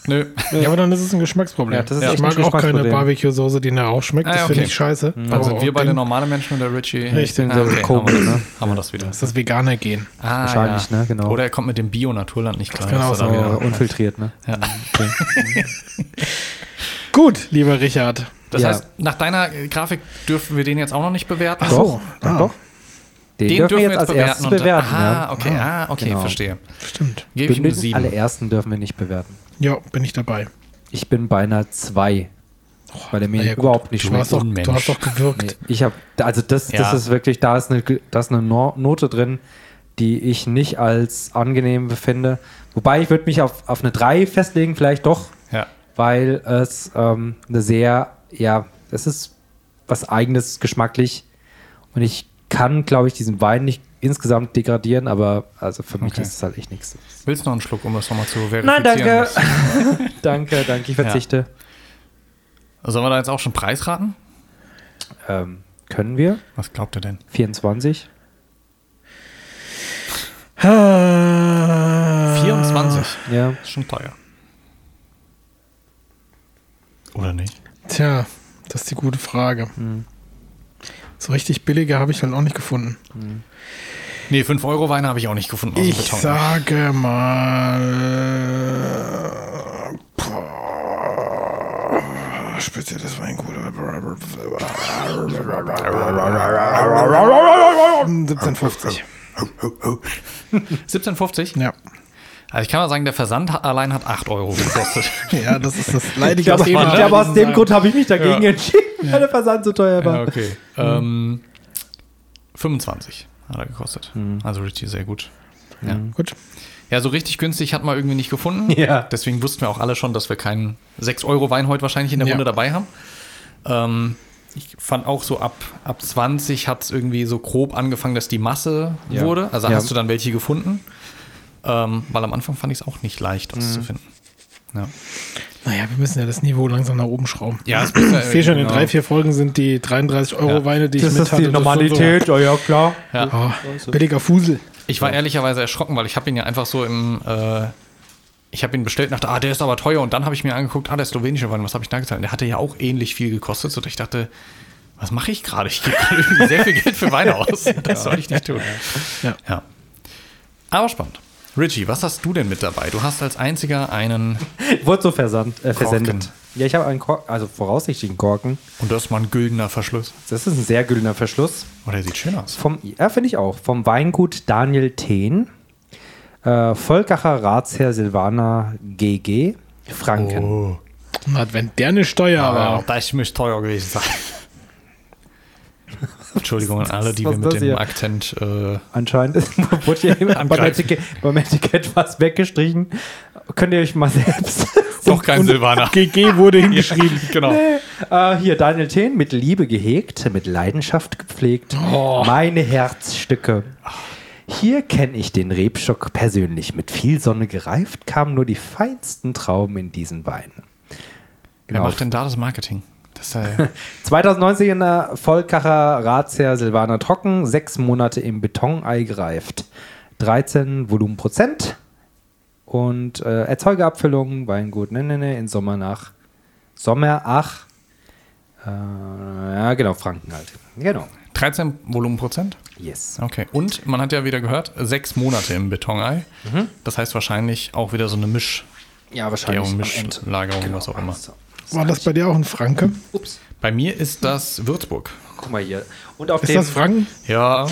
Speaker 1: Nö.
Speaker 2: Ja, aber dann ist es ein Geschmacksproblem.
Speaker 3: Ja, das ist echt
Speaker 2: ich
Speaker 3: ein
Speaker 2: mag auch keine
Speaker 3: Geschmacksproblem. Mhm.
Speaker 2: Barbecue-Soße, die nach Rauch schmeckt.
Speaker 1: Ah,
Speaker 2: Das
Speaker 1: ja,
Speaker 2: finde
Speaker 1: okay.
Speaker 2: ich scheiße.
Speaker 1: Dann sind
Speaker 3: Oh,
Speaker 2: auch
Speaker 1: wir beide
Speaker 2: den-
Speaker 1: normale Menschen und der Richie.
Speaker 2: Richtig,
Speaker 1: ah,
Speaker 2: so
Speaker 1: okay. haben,
Speaker 3: komisch,
Speaker 1: wir das,
Speaker 3: ne?
Speaker 1: haben wir das wieder.
Speaker 2: Das ist das vegane Gen.
Speaker 1: Ah,
Speaker 3: Wahrscheinlich, ne? Genau.
Speaker 1: Oder er kommt mit dem Bio-Naturland nicht klar.
Speaker 2: kann
Speaker 1: dass er
Speaker 2: auch
Speaker 1: da
Speaker 2: sein,
Speaker 1: wieder-
Speaker 3: So äh, unfiltriert, ne?
Speaker 2: Gut, lieber Richard.
Speaker 1: Das
Speaker 3: Ja.
Speaker 1: heißt, nach deiner Grafik dürfen wir den jetzt auch noch nicht bewerten.
Speaker 3: Doch,
Speaker 2: ah.
Speaker 3: doch. Den, dürfen wir jetzt als erstes
Speaker 1: und dann-
Speaker 3: bewerten. ne?
Speaker 1: Aha,
Speaker 3: ja.
Speaker 1: okay, ah, okay,
Speaker 3: Genau.
Speaker 1: verstehe.
Speaker 2: Stimmt.
Speaker 1: Gebe ich ihm
Speaker 3: Den
Speaker 1: eine
Speaker 3: den
Speaker 1: 7.
Speaker 3: allerersten dürfen wir nicht bewerten.
Speaker 2: Ja, bin ich dabei.
Speaker 3: Ich bin bei einer 2, weil er mir
Speaker 2: na ja, gut.
Speaker 3: überhaupt nicht
Speaker 2: Du hast,
Speaker 3: schmeckt.
Speaker 2: doch,
Speaker 1: Unmensch.
Speaker 2: du hast doch
Speaker 3: Nee,
Speaker 2: gewirkt.
Speaker 3: ich habe, also das,
Speaker 1: Ja.
Speaker 3: das ist wirklich, da ist eine, da ist eine No- Note drin, die ich nicht als angenehm befinde. Wobei ich würde mich auf, auf eine 3 festlegen, vielleicht doch,
Speaker 1: Ja.
Speaker 3: weil es ähm, eine sehr, ja, es ist was eigenes geschmacklich und ich kann, glaube ich, diesen Wein nicht insgesamt degradieren, aber also für mich
Speaker 1: Okay.
Speaker 3: ist es halt echt nichts.
Speaker 1: Willst du noch einen Schluck, um das nochmal zu verifizieren?
Speaker 3: Nein, danke. danke, danke, ich verzichte.
Speaker 1: Sollen wir da jetzt auch schon Preis raten?
Speaker 3: Ähm, können wir?
Speaker 1: Was glaubt ihr denn?
Speaker 3: 24?
Speaker 2: Ah.
Speaker 1: 24.
Speaker 3: Ja.
Speaker 1: Ist schon teuer. Oder nicht?
Speaker 3: Mhm.
Speaker 2: Tja, das ist die gute Frage. So richtig billige habe ich halt auch nicht gefunden.
Speaker 1: Nee, 5-Euro-Weine habe ich auch nicht gefunden aus
Speaker 2: Ich
Speaker 1: dem Beton.
Speaker 2: sage mal. Boah, Spezielles Weingut. 1750.
Speaker 1: 17,50?
Speaker 2: Ja.
Speaker 1: Also ich kann mal sagen, der Versand ha- allein hat 8 Euro gekostet.
Speaker 2: ja, das ist das
Speaker 3: Ich
Speaker 2: leidige
Speaker 3: glaube,
Speaker 2: Thema.
Speaker 3: ich glaube, aus dem Grund habe ich mich dagegen
Speaker 1: Ja.
Speaker 3: entschieden, weil der Versand so teuer war.
Speaker 1: ja, okay. ähm, 25 hat er gekostet. Also Richie, sehr gut. Ja.
Speaker 2: Gut.
Speaker 1: ja, so richtig günstig hat man irgendwie nicht gefunden.
Speaker 3: Ja.
Speaker 1: Deswegen wussten wir auch alle schon, dass wir keinen 6-Euro-Wein heute wahrscheinlich in der
Speaker 2: Ja.
Speaker 1: Runde dabei haben. Ähm, ich fand auch so ab, ab 20 hat es irgendwie so grob angefangen, dass die Masse
Speaker 3: Ja.
Speaker 1: wurde. Also
Speaker 3: Ja.
Speaker 1: hast du dann welche gefunden. Ähm, weil am Anfang fand ich es auch nicht leicht, was zu finden. Ja.
Speaker 2: Naja, wir müssen ja das Niveau langsam nach oben schrauben.
Speaker 1: Ja, es muss ja
Speaker 2: Ich sehe schon, in
Speaker 1: genau.
Speaker 2: drei, vier Folgen sind die 33 Euro
Speaker 1: Ja.
Speaker 2: Weine, die
Speaker 3: Das
Speaker 2: ich mit
Speaker 3: ist
Speaker 2: hatte.
Speaker 3: die
Speaker 2: das sind
Speaker 3: Normalität, ja, halt ja, klar.
Speaker 1: Ja.
Speaker 2: So, oh, billiger Fusel.
Speaker 1: Ich war ehrlicherweise erschrocken, weil ich habe ihn ja einfach so im, äh, ich habe ihn bestellt, und dachte, ah, der ist aber teuer. Und dann habe ich mir angeguckt, ah, der slowenische Wein, was habe ich da gezahlt? Der hatte ja auch ähnlich viel gekostet. So, dass ich dachte, was mache ich gerade? Ich gebe gerade irgendwie sehr viel Geld für Wein aus. Das soll ich nicht tun.
Speaker 2: Ja.
Speaker 1: ja. Aber spannend. Richie, was hast du denn mit dabei? Du hast als einziger einen,
Speaker 3: Wurde so versand, äh, versendet.
Speaker 1: Korken.
Speaker 3: Ja, ich habe einen Korken, also voraussichtlichen Korken.
Speaker 1: und das ist mal ein güldener Verschluss.
Speaker 3: Das ist ein sehr güldener Verschluss.
Speaker 1: Oh, der sieht schön aus.
Speaker 3: Vom, ja, finde ich auch. Vom Weingut Daniel Thehn, äh, Volkacher Ratsherr Silvaner GG, Franken.
Speaker 2: Na, wenn der eine Steuer
Speaker 1: Aber auch
Speaker 2: war.
Speaker 1: das müsste teuer gewesen sein. Entschuldigung an alle, die
Speaker 3: Was
Speaker 1: wir
Speaker 3: ist
Speaker 1: mit
Speaker 3: das
Speaker 1: dem
Speaker 3: hier?
Speaker 1: Akzent äh,
Speaker 3: Anscheinend ist- wurde hier eben beim,
Speaker 1: Angreifen.
Speaker 3: Etikett, beim Etikett was weggestrichen. Könnt ihr euch mal selbst.
Speaker 1: Doch kein Silvaner.
Speaker 2: GG wurde hingeschrieben.
Speaker 1: genau.
Speaker 3: äh, hier, Daniel Thehn, mit Liebe gehegt, mit Leidenschaft gepflegt. Meine Herzstücke. Hier kenne ich den Rebstock persönlich. Mit viel Sonne gereift kamen nur die feinsten Trauben in diesen Genau. Wein.
Speaker 1: Wer macht denn da das Marketing? Das äh, ist ja
Speaker 3: 2019 er Volkacher Ratsherr Silvaner Trocken, sechs Monate im Betonei gereift. 13 Volumenprozent und äh, Erzeugerabfüllung, Weingut, ne, ne, ne, in Sommer nach Sommer, ach, äh, ja, genau, Franken halt. Genau,
Speaker 1: 13 Volumenprozent.
Speaker 3: yes.
Speaker 1: Okay. Und man hat ja wieder gehört, sechs Monate im Betonei. Das heißt wahrscheinlich auch wieder so eine Mischgärung,
Speaker 3: Ja, wahrscheinlich. am Ende. Genau.
Speaker 1: Mischlagerung, was auch immer.
Speaker 3: So.
Speaker 2: War das bei dir auch ein Franke?
Speaker 3: Ups,
Speaker 1: Bei mir ist das Würzburg.
Speaker 3: guck mal hier. Und auf
Speaker 2: Ist
Speaker 3: dem
Speaker 2: das Franken?
Speaker 1: Ja.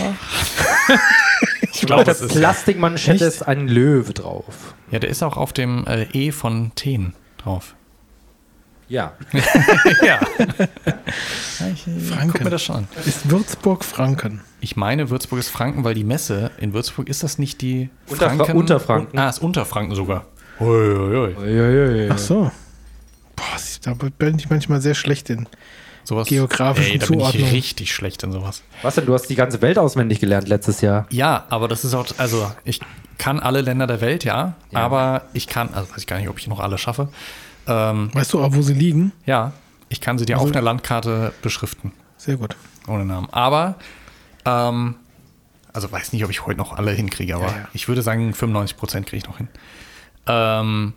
Speaker 1: ich
Speaker 3: auf
Speaker 1: glaube,
Speaker 3: der
Speaker 1: das ist.
Speaker 3: Plastikmanschette ist ein Löwe drauf.
Speaker 1: Ja, der ist auch auf dem äh, E von Teen drauf.
Speaker 3: Ja.
Speaker 1: ja.
Speaker 2: Franken.
Speaker 1: Guck mir das schon an.
Speaker 2: Ist Würzburg Franken?
Speaker 1: Ich meine, Würzburg ist Franken, weil die Messe in Würzburg ist das nicht die
Speaker 3: Unterfra- Unterfranken.
Speaker 1: Ah, ist Unterfranken sogar. Oi, oi, oi.
Speaker 2: Ach so. Boah, sie- da bin ich manchmal sehr schlecht in.
Speaker 1: Sowas,
Speaker 2: Geografischen
Speaker 1: ey, da bin ich
Speaker 2: Zuordnung.
Speaker 1: richtig schlecht in sowas.
Speaker 3: Was denn, du hast die ganze Welt auswendig gelernt letztes Jahr.
Speaker 1: Ja, aber das ist auch, also ich kann alle Länder der Welt, ja, aber ich kann, also weiß ich gar nicht, ob ich noch alle schaffe. Ähm,
Speaker 2: Weißt du auch, wo sie liegen?
Speaker 1: ja, ich kann sie dir
Speaker 2: Also
Speaker 1: auf der Landkarte beschriften,
Speaker 2: Sehr gut.
Speaker 1: ohne Namen. Aber, ähm, also weiß nicht, ob ich heute noch alle hinkriege, aber
Speaker 2: Ja, ja.
Speaker 1: ich würde sagen, 95 Prozent kriege ich noch hin. Ähm,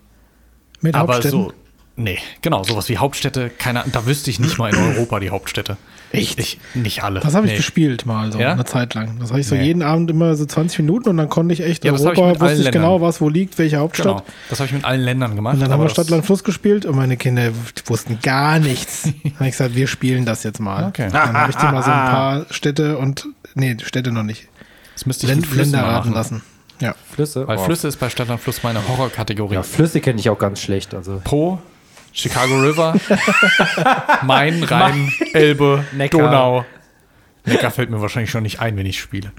Speaker 2: Mit
Speaker 1: aber
Speaker 2: Hauptstädten.
Speaker 1: so, nee, genau, sowas wie Hauptstädte, keine Ahnung, da wüsste ich nicht mal in Europa die Hauptstädte.
Speaker 2: Echt?
Speaker 1: Ich, nicht alle.
Speaker 2: Das habe ich
Speaker 1: nee.
Speaker 2: gespielt mal so
Speaker 1: Ja?
Speaker 2: eine Zeit lang. Das habe ich so
Speaker 1: Nee.
Speaker 2: jeden Abend immer so 20 Minuten und dann konnte ich echt
Speaker 1: Ja, das habe ich
Speaker 2: Europa,
Speaker 1: mit
Speaker 2: wusste
Speaker 1: allen
Speaker 2: ich genau,
Speaker 1: Ländern.
Speaker 2: was wo liegt, welche Hauptstadt.
Speaker 1: Genau, das habe ich mit allen Ländern gemacht.
Speaker 2: Und dann haben
Speaker 1: aber
Speaker 2: wir
Speaker 1: das-
Speaker 2: Stadtland Fluss gespielt und meine Kinder wussten gar nichts. dann habe ich gesagt, wir spielen das jetzt mal.
Speaker 1: Okay.
Speaker 2: Dann habe ich dir mal so ein paar Städte und nee, Städte noch nicht.
Speaker 1: Das müsste ich mit
Speaker 2: Länd
Speaker 1: Flüssen
Speaker 2: Länder
Speaker 1: mal
Speaker 2: raten
Speaker 1: machen.
Speaker 2: lassen. Ja.
Speaker 3: Flüsse?
Speaker 1: Weil
Speaker 3: Oh.
Speaker 1: Flüsse ist bei Stadtland Fluss meine Horrorkategorie.
Speaker 3: Ja, Flüsse kenne ich auch ganz schlecht. Also.
Speaker 1: Po, Chicago River, Main, Rhein, Elbe,
Speaker 3: Neckar.
Speaker 1: Donau. Neckar fällt mir wahrscheinlich schon nicht ein, wenn ich spiele.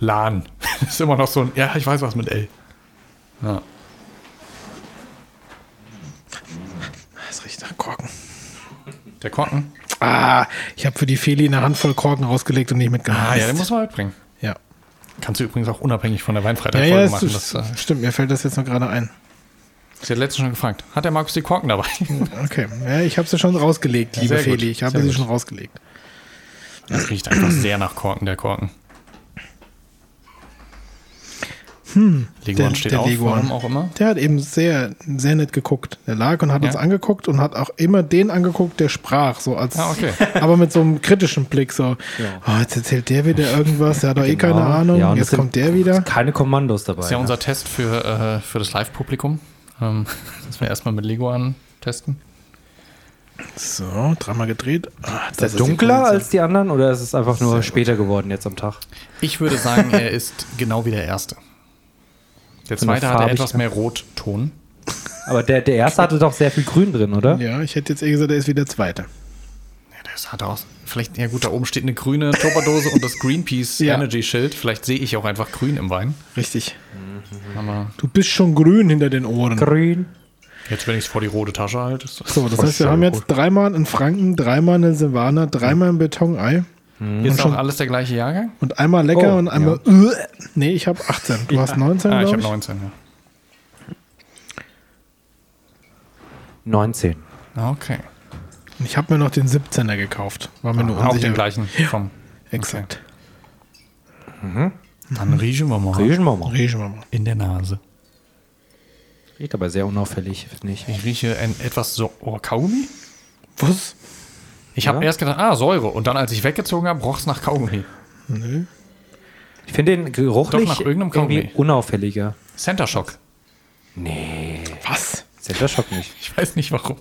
Speaker 1: Lahn. ist immer noch so ein, ja, ich weiß was mit L. Ja.
Speaker 2: Das riecht nach Korken.
Speaker 1: Der Korken.
Speaker 2: Ah, ich habe für die Feli eine Handvoll Korken rausgelegt und nicht mitgenommen.
Speaker 1: Ah ja, den muss man mitbringen.
Speaker 2: ja.
Speaker 1: Kannst du übrigens auch unabhängig von der
Speaker 2: Ja,
Speaker 1: Weinfreitag-Folge
Speaker 2: ja, es
Speaker 1: machen. äh,
Speaker 2: ist,
Speaker 1: Das, äh,
Speaker 2: stimmt, mir fällt das jetzt noch gerade ein.
Speaker 1: Sie hat letztens schon gefragt, hat der Markus die Korken dabei?
Speaker 2: Okay, ja, ich habe sie schon rausgelegt, liebe
Speaker 1: sehr gut,
Speaker 2: Feli. Ich habe
Speaker 1: sehr
Speaker 2: sie
Speaker 1: gut.
Speaker 2: schon rausgelegt.
Speaker 1: Das riecht einfach sehr nach Korken, der Korken. Leguan
Speaker 2: Hm. Der-
Speaker 1: steht
Speaker 2: der
Speaker 1: auf,
Speaker 2: Leguan.
Speaker 1: warum auch immer.
Speaker 2: Der hat eben sehr, sehr nett geguckt. Der lag und hat
Speaker 1: Ja.
Speaker 2: uns angeguckt und hat auch immer den angeguckt, der sprach, so als,
Speaker 1: Ah, okay.
Speaker 2: aber mit so einem kritischen Blick, so, oh, jetzt erzählt der wieder irgendwas, der hat doch eh keine
Speaker 3: Genau.
Speaker 2: Ahnung,
Speaker 3: Ja, und es
Speaker 2: jetzt
Speaker 3: sind
Speaker 2: kommt der wieder.
Speaker 3: Keine Kommandos dabei. ne?
Speaker 1: Das ist ja unser Test für, äh, für das Live-Publikum. Ähm, dass wir erstmal mit Leguan testen.
Speaker 2: So, dreimal gedreht. Ah,
Speaker 3: Ist er dunkler als die anderen oder ist es einfach nur später geworden jetzt am Tag?
Speaker 1: Ich würde sagen, er ist genau wie der erste. Der
Speaker 3: Von der
Speaker 1: zweite hatte etwas
Speaker 3: Farbigkeit.
Speaker 1: mehr Rotton.
Speaker 3: Aber der, der erste hatte doch sehr viel Grün drin, oder?
Speaker 2: Ja, ich hätte jetzt eher gesagt, er ist wie der zweite.
Speaker 1: Ja, der sah da aus. Vielleicht, ja gut, da oben steht eine grüne Tupperdose und das Greenpeace
Speaker 2: Ja.
Speaker 1: Energy Schild. Vielleicht sehe ich auch einfach grün im Wein.
Speaker 2: Richtig.
Speaker 1: Aber
Speaker 2: Du bist schon grün hinter den Ohren.
Speaker 3: Grün.
Speaker 1: jetzt, wenn ich es vor die rote Tasche halte, ist das
Speaker 2: So, das heißt, wir haben jetzt dreimal in Franken, dreimal in Silvaner, dreimal in Betonei
Speaker 1: ist auch alles der gleiche Jahrgang.
Speaker 2: und einmal lecker
Speaker 3: Oh,
Speaker 2: und einmal. Äh, Nee, ich habe 18. Du hast 19,
Speaker 1: Ah, ich
Speaker 2: glaube
Speaker 1: habe
Speaker 2: ich.
Speaker 1: 19, ja.
Speaker 3: 19.
Speaker 1: Ah, Okay.
Speaker 2: Und ich habe mir noch den 17er gekauft. War mir nur
Speaker 1: Auch
Speaker 2: unsicher.
Speaker 1: den gleichen vom.
Speaker 2: Exakt.
Speaker 1: Dann riechen wir mal
Speaker 3: Riechen wir mal.
Speaker 2: Riechen wir mal.
Speaker 1: in der Nase.
Speaker 3: Riecht aber sehr unauffällig, finde ich.
Speaker 1: Ich rieche ein etwas so oh, Kaugummi.
Speaker 2: Was?
Speaker 1: Ich habe
Speaker 3: Ja.
Speaker 1: erst gedacht, ah, Säure. Und dann, als ich weggezogen habe, roch es nach Kaugummi.
Speaker 2: Nö.
Speaker 3: Ich finde den geruchlich
Speaker 1: Doch, nach irgendeinem Kaugummi.
Speaker 3: irgendwie unauffälliger.
Speaker 1: Center Shock.
Speaker 2: Was?
Speaker 3: Center Shock nicht.
Speaker 1: Ich weiß nicht warum.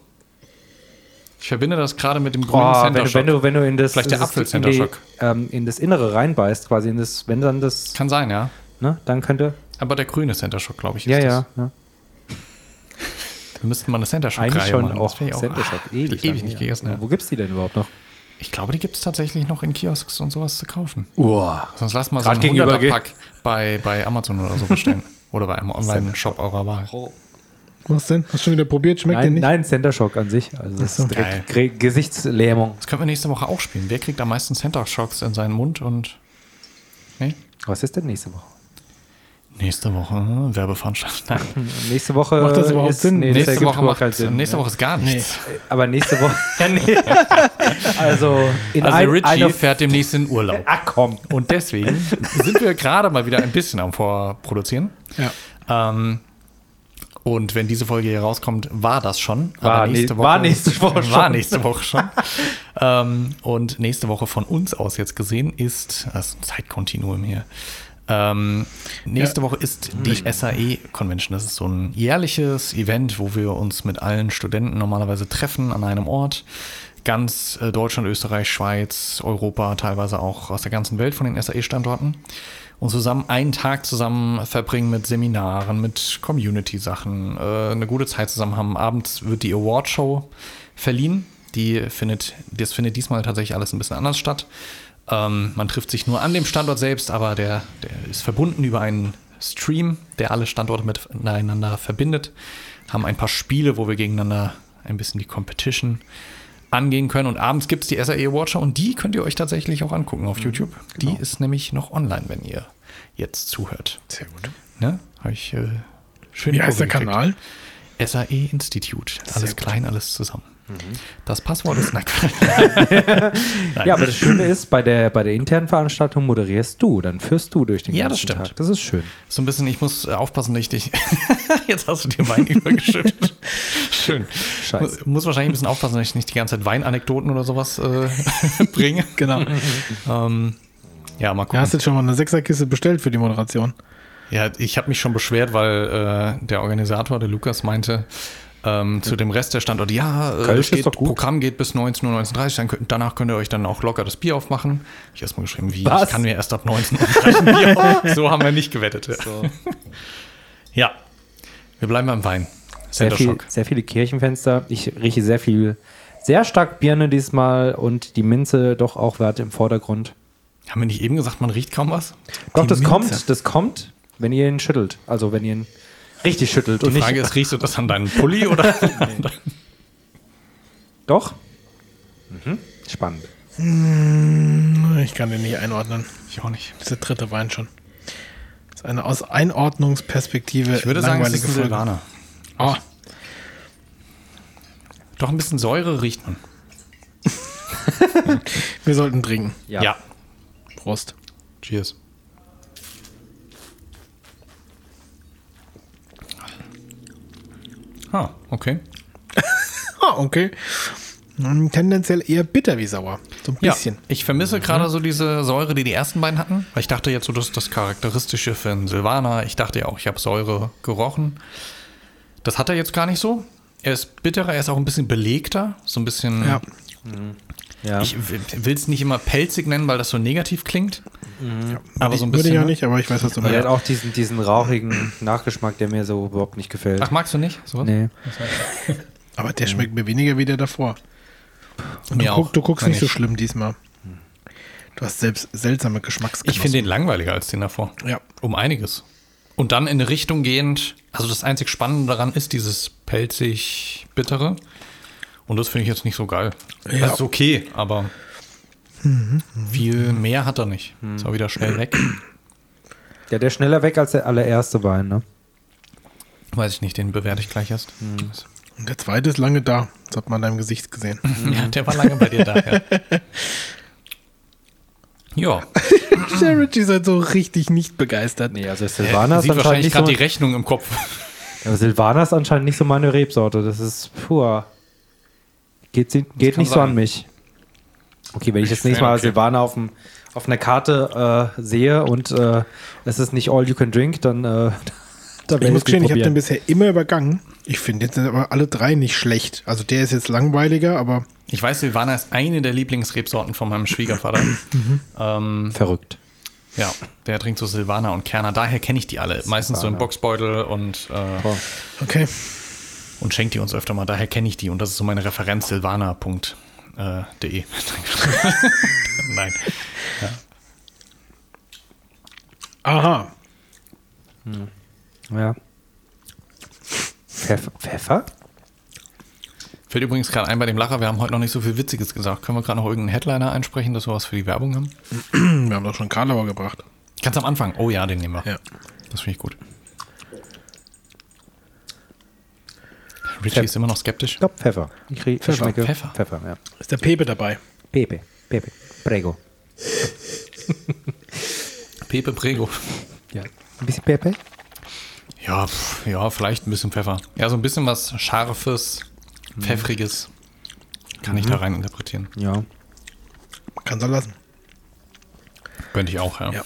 Speaker 1: Ich verbinde das gerade mit dem grünen
Speaker 3: Boah,
Speaker 1: Center
Speaker 3: Ah, wenn, du-
Speaker 1: Shock.
Speaker 3: wenn, du, wenn du in das,
Speaker 1: Vielleicht der
Speaker 3: das-
Speaker 1: Apfel
Speaker 3: in,
Speaker 1: Center
Speaker 3: die,
Speaker 1: Shock.
Speaker 3: ähm, in das Innere reinbeißt, quasi in das, wenn dann das,
Speaker 1: Kann sein, ja.
Speaker 3: ne, dann könnte.
Speaker 1: Aber der grüne Center Shock, glaube ich, ist
Speaker 3: Ja,
Speaker 1: das.
Speaker 3: ja, ja.
Speaker 1: Wir müssten mal eine Center Shock
Speaker 3: Eigentlich schon auch.
Speaker 1: ich, auch
Speaker 3: Center Shock,
Speaker 1: ach, ewig,
Speaker 3: lang
Speaker 1: nicht
Speaker 3: her.
Speaker 1: gegessen. Ja.
Speaker 3: Wo gibt's die denn überhaupt noch?
Speaker 1: Ich glaube, die gibt es tatsächlich noch in Kiosks und sowas zu kaufen.
Speaker 3: Uah.
Speaker 1: Sonst lass mal so
Speaker 3: Uh, Grad
Speaker 1: einen
Speaker 3: gegenüber ge-
Speaker 1: 100er-Pack bei, bei Amazon oder so bestellen. oder bei einem Online-Shop eurer Wahl.
Speaker 2: Was denn? Hast du schon wieder probiert? Schmeckt dir
Speaker 3: Nein,
Speaker 2: nicht?
Speaker 3: nein, Center Shock an sich. Also das
Speaker 2: Ach so.
Speaker 3: ist direkt Gre- Gesichtslähmung.
Speaker 1: Das können wir nächste Woche auch spielen. Wer kriegt am meisten Center Shocks in seinen Mund und... Nee?
Speaker 3: Was ist denn nächste Woche?
Speaker 1: Nächste Woche äh, Werbeveranstaltung. Nein.
Speaker 3: Nächste Woche.
Speaker 2: Macht das überhaupt
Speaker 3: ist,
Speaker 2: Sinn?
Speaker 3: Nee, das
Speaker 1: Nächste,
Speaker 3: ergibt
Speaker 1: Woche
Speaker 3: überhaupt
Speaker 1: macht,
Speaker 3: keinen Sinn.
Speaker 1: nächste Woche ist gar nichts.
Speaker 3: Aber nächste Woche. Ja, nee. also in
Speaker 1: Also
Speaker 3: ein,
Speaker 1: Richie
Speaker 3: einer-
Speaker 1: fährt demnächst in Urlaub.
Speaker 3: Ach komm.
Speaker 1: Und deswegen sind wir gerade mal wieder ein bisschen am Vorproduzieren.
Speaker 2: Ja.
Speaker 1: Ähm, und wenn diese Folge hier rauskommt, war das schon.
Speaker 3: War ne- war nächste Woche
Speaker 1: War
Speaker 3: schon.
Speaker 1: nächste Woche schon. ähm, und nächste Woche von uns aus jetzt gesehen ist, das ist ein Zeitkontinuum hier. Ähm, nächste Woche ist die SAE Convention. Das ist so ein jährliches Event, wo wir uns mit allen Studenten normalerweise treffen an einem Ort. Ganz äh, Deutschland, Österreich, Schweiz, Europa, teilweise auch aus der ganzen Welt von den SAE-Standorten. Und zusammen einen Tag zusammen verbringen mit Seminaren, mit Community-Sachen, äh, eine gute Zeit zusammen haben. Abends wird die Award-Show verliehen. Die findet, das findet diesmal tatsächlich alles ein bisschen anders statt. Ähm, man trifft sich nur an dem Standort selbst, aber der, der ist verbunden über einen Stream, der alle Standorte miteinander verbindet. Haben ein paar Spiele, wo wir gegeneinander ein bisschen die Competition angehen können. Und abends gibt es die SAE Award Show und die könnt ihr euch tatsächlich auch angucken
Speaker 2: Mhm,
Speaker 1: auf YouTube.
Speaker 2: genau.
Speaker 1: Die ist nämlich noch online, wenn ihr jetzt zuhört.
Speaker 2: Sehr gut.
Speaker 1: Ne? Habe ich äh, schön
Speaker 2: Wie heißt der
Speaker 1: vorgekriegt.
Speaker 2: Kanal?
Speaker 1: SAE E Institute. Alles
Speaker 2: gut. Mhm.
Speaker 1: klein, alles zusammen. Das Passwort ist nackt.
Speaker 3: Ja, aber das Schöne ist, bei der, bei der internen Veranstaltung moderierst du, dann führst du durch den
Speaker 1: Ja, das
Speaker 3: ganzen
Speaker 1: stimmt.
Speaker 3: Tag. Das ist schön.
Speaker 1: So ein bisschen, ich muss äh, aufpassen, dass ich dich. Jetzt hast du dir Wein übergeschüttet. Schön.
Speaker 3: Scheiße.
Speaker 1: Mu- Muss wahrscheinlich ein bisschen aufpassen, dass ich nicht die ganze Zeit Weinanekdoten oder sowas äh, bringe.
Speaker 2: Genau.
Speaker 1: ähm, ja, mal
Speaker 2: Ja,
Speaker 1: gucken.
Speaker 2: hast jetzt schon mal eine Sechserkiste bestellt für die Moderation.
Speaker 1: Ja, ich habe mich schon beschwert, weil äh, der Organisator, der Lukas, meinte ähm, zu dem Rest der Standorte, ja, äh,
Speaker 3: Kölsch
Speaker 1: das geht,
Speaker 3: ist doch gut.
Speaker 1: Programm geht bis 19 Uhr, 19.30 Uhr, dann könnt, danach könnt ihr euch dann auch locker das Bier aufmachen. Ich habe erstmal geschrieben, wie,
Speaker 3: Was?
Speaker 1: ich kann mir erst ab 19 Uhr ein Bier auf. So haben wir nicht gewettet. ja. Ja, wir bleiben beim Wein.
Speaker 3: Sehr,
Speaker 1: Center
Speaker 3: viel,
Speaker 1: Shock.
Speaker 3: sehr viele Kirchenfenster. Ich rieche sehr viel, sehr stark Birne diesmal und die Minze doch auch wert im Vordergrund.
Speaker 1: Haben wir nicht eben gesagt, man riecht kaum was?
Speaker 3: Doch,
Speaker 2: Die
Speaker 3: das
Speaker 2: Minze.
Speaker 3: kommt, das kommt, wenn ihr ihn schüttelt. Also wenn ihr ihn richtig schüttelt und
Speaker 1: Die Frage
Speaker 3: nicht.
Speaker 1: ist, riechst du das an deinem Pulli oder?
Speaker 3: Doch. Mhm. Spannend.
Speaker 2: Ich kann den nicht einordnen.
Speaker 1: ich auch nicht.
Speaker 2: Das ist der dritte Wein schon. Das ist eine aus Einordnungsperspektive
Speaker 1: Ich würde sagen, es ist ein Silvaner.
Speaker 2: Oh,
Speaker 1: Doch ein bisschen Säure riecht man.
Speaker 2: wir sollten trinken.
Speaker 1: ja.
Speaker 2: Prost.
Speaker 1: Cheers. Ah, okay.
Speaker 2: Ah, okay. Hm, Tendenziell eher bitter wie sauer. So ein bisschen. Mhm.
Speaker 1: Ja, ich vermisse gerade so diese Säure, die die ersten beiden hatten. Weil ich dachte jetzt so, das ist das Charakteristische für einen Silvaner. Ich dachte ja auch, ich habe Säure gerochen. Das hat er jetzt gar nicht so. Er ist bitterer, er ist auch ein bisschen belegter. So ein bisschen.
Speaker 2: Ja.
Speaker 3: Ja.
Speaker 1: Ich will es nicht immer pelzig nennen, weil das so negativ klingt. Aber so ein
Speaker 2: Würde
Speaker 1: bisschen.
Speaker 2: ich ne? ja nicht, aber ich weiß, was du
Speaker 3: Und er
Speaker 2: meinst.
Speaker 3: hat auch diesen, diesen rauchigen Nachgeschmack, der mir so überhaupt nicht gefällt.
Speaker 1: Ach, magst du nicht? Sowas?
Speaker 3: nee.
Speaker 2: Aber der schmeckt mir weniger wie der davor.
Speaker 1: Mhm.
Speaker 2: Und
Speaker 1: Mir
Speaker 2: du, guck,
Speaker 1: auch.
Speaker 2: du guckst
Speaker 1: Nein,
Speaker 2: nicht so
Speaker 1: ich- Mhm.
Speaker 2: schlimm diesmal. Du hast selbst seltsame Geschmacksgenuss.
Speaker 1: Ich finde den langweiliger als den davor.
Speaker 2: Ja.
Speaker 1: Um einiges. Und dann in eine Richtung gehend, also das einzig Spannende daran ist dieses pelzig-bittere. Und das finde ich jetzt nicht so geil.
Speaker 2: Ja.
Speaker 1: Das ist okay, aber viel mehr hat er nicht.
Speaker 2: Hm.
Speaker 1: Ist auch wieder schnell weg.
Speaker 3: Ja, der ist schneller weg als der allererste Wein, ne?
Speaker 1: Äh, Weiß ich nicht, den bewerte ich gleich erst.
Speaker 2: Hm. Und der zweite ist lange da. Das hat man an deinem Gesicht gesehen.
Speaker 1: Ja, der war lange bei dir da. Ja. ja.
Speaker 2: der Richie ist halt so richtig nicht begeistert.
Speaker 3: Nee, also
Speaker 1: Er
Speaker 3: Silvaner ist
Speaker 1: sieht
Speaker 3: anscheinend
Speaker 1: wahrscheinlich
Speaker 3: nicht
Speaker 1: gerade
Speaker 3: so,
Speaker 1: die Rechnung im Kopf.
Speaker 3: aber Silvaner ist anscheinend nicht so meine Rebsorte. Das ist pur. Geht, sie- geht
Speaker 1: kann
Speaker 3: nicht so
Speaker 1: sein.
Speaker 3: an mich. Okay, wenn ich das
Speaker 1: Ja,
Speaker 3: nächste Mal
Speaker 1: okay.
Speaker 3: Silvaner auf, dem, auf einer Karte äh, sehe und äh, es ist nicht all you can drink, dann äh, da werde
Speaker 2: Ich muss
Speaker 3: ich
Speaker 2: gestehen,
Speaker 3: es
Speaker 2: ich habe
Speaker 3: probieren.
Speaker 2: den bisher immer übergangen. Ich finde jetzt sind aber alle drei nicht schlecht. Also der ist jetzt langweiliger, aber
Speaker 1: Ich weiß, Silvaner ist eine der Lieblingsrebsorten von meinem Schwiegervater. ähm,
Speaker 3: Verrückt.
Speaker 1: Ja, der trinkt so Silvaner und Kerner. Daher kenne ich die alle. Meistens so im Boxbeutel und, äh,
Speaker 3: Boah.
Speaker 2: okay.
Speaker 1: und schenkt die uns öfter mal. Daher kenne ich die. Und das ist so meine Referenz, silvaner.de. Äh, Nein.
Speaker 2: Aha.
Speaker 3: Ja. Pfeffer? Pfeffer?
Speaker 1: Fällt übrigens gerade ein bei dem Lacher, wir haben heute noch nicht so viel Witziges gesagt. Können wir gerade noch irgendeinen Headliner einsprechen, dass wir was für die Werbung haben?
Speaker 2: Hm, Wir haben doch schon Karlauer gebracht.
Speaker 1: Ganz am Anfang. Oh ja, den nehmen wir.
Speaker 2: Ja.
Speaker 1: Das finde ich gut. Richie
Speaker 3: Pfeff-
Speaker 1: ist immer noch skeptisch.
Speaker 3: Ich glaube Pfeffer. Ich Pfeffer. schmecke
Speaker 1: Pfeffer.
Speaker 3: Pfeffer. Pfeffer, ja.
Speaker 2: Ist der Pepe dabei?
Speaker 3: Pepe, Pepe, prego.
Speaker 1: Pepe Prego.
Speaker 3: Ja. Ein bisschen Pepe?
Speaker 1: Ja, pf, ja, vielleicht ein bisschen Pfeffer. Mhm. Ja, so ein bisschen was Scharfes, Pfeffriges kann ich da rein interpretieren.
Speaker 3: Ja.
Speaker 2: Kann so lassen.
Speaker 1: Könnte ich auch, ja.
Speaker 2: Ja.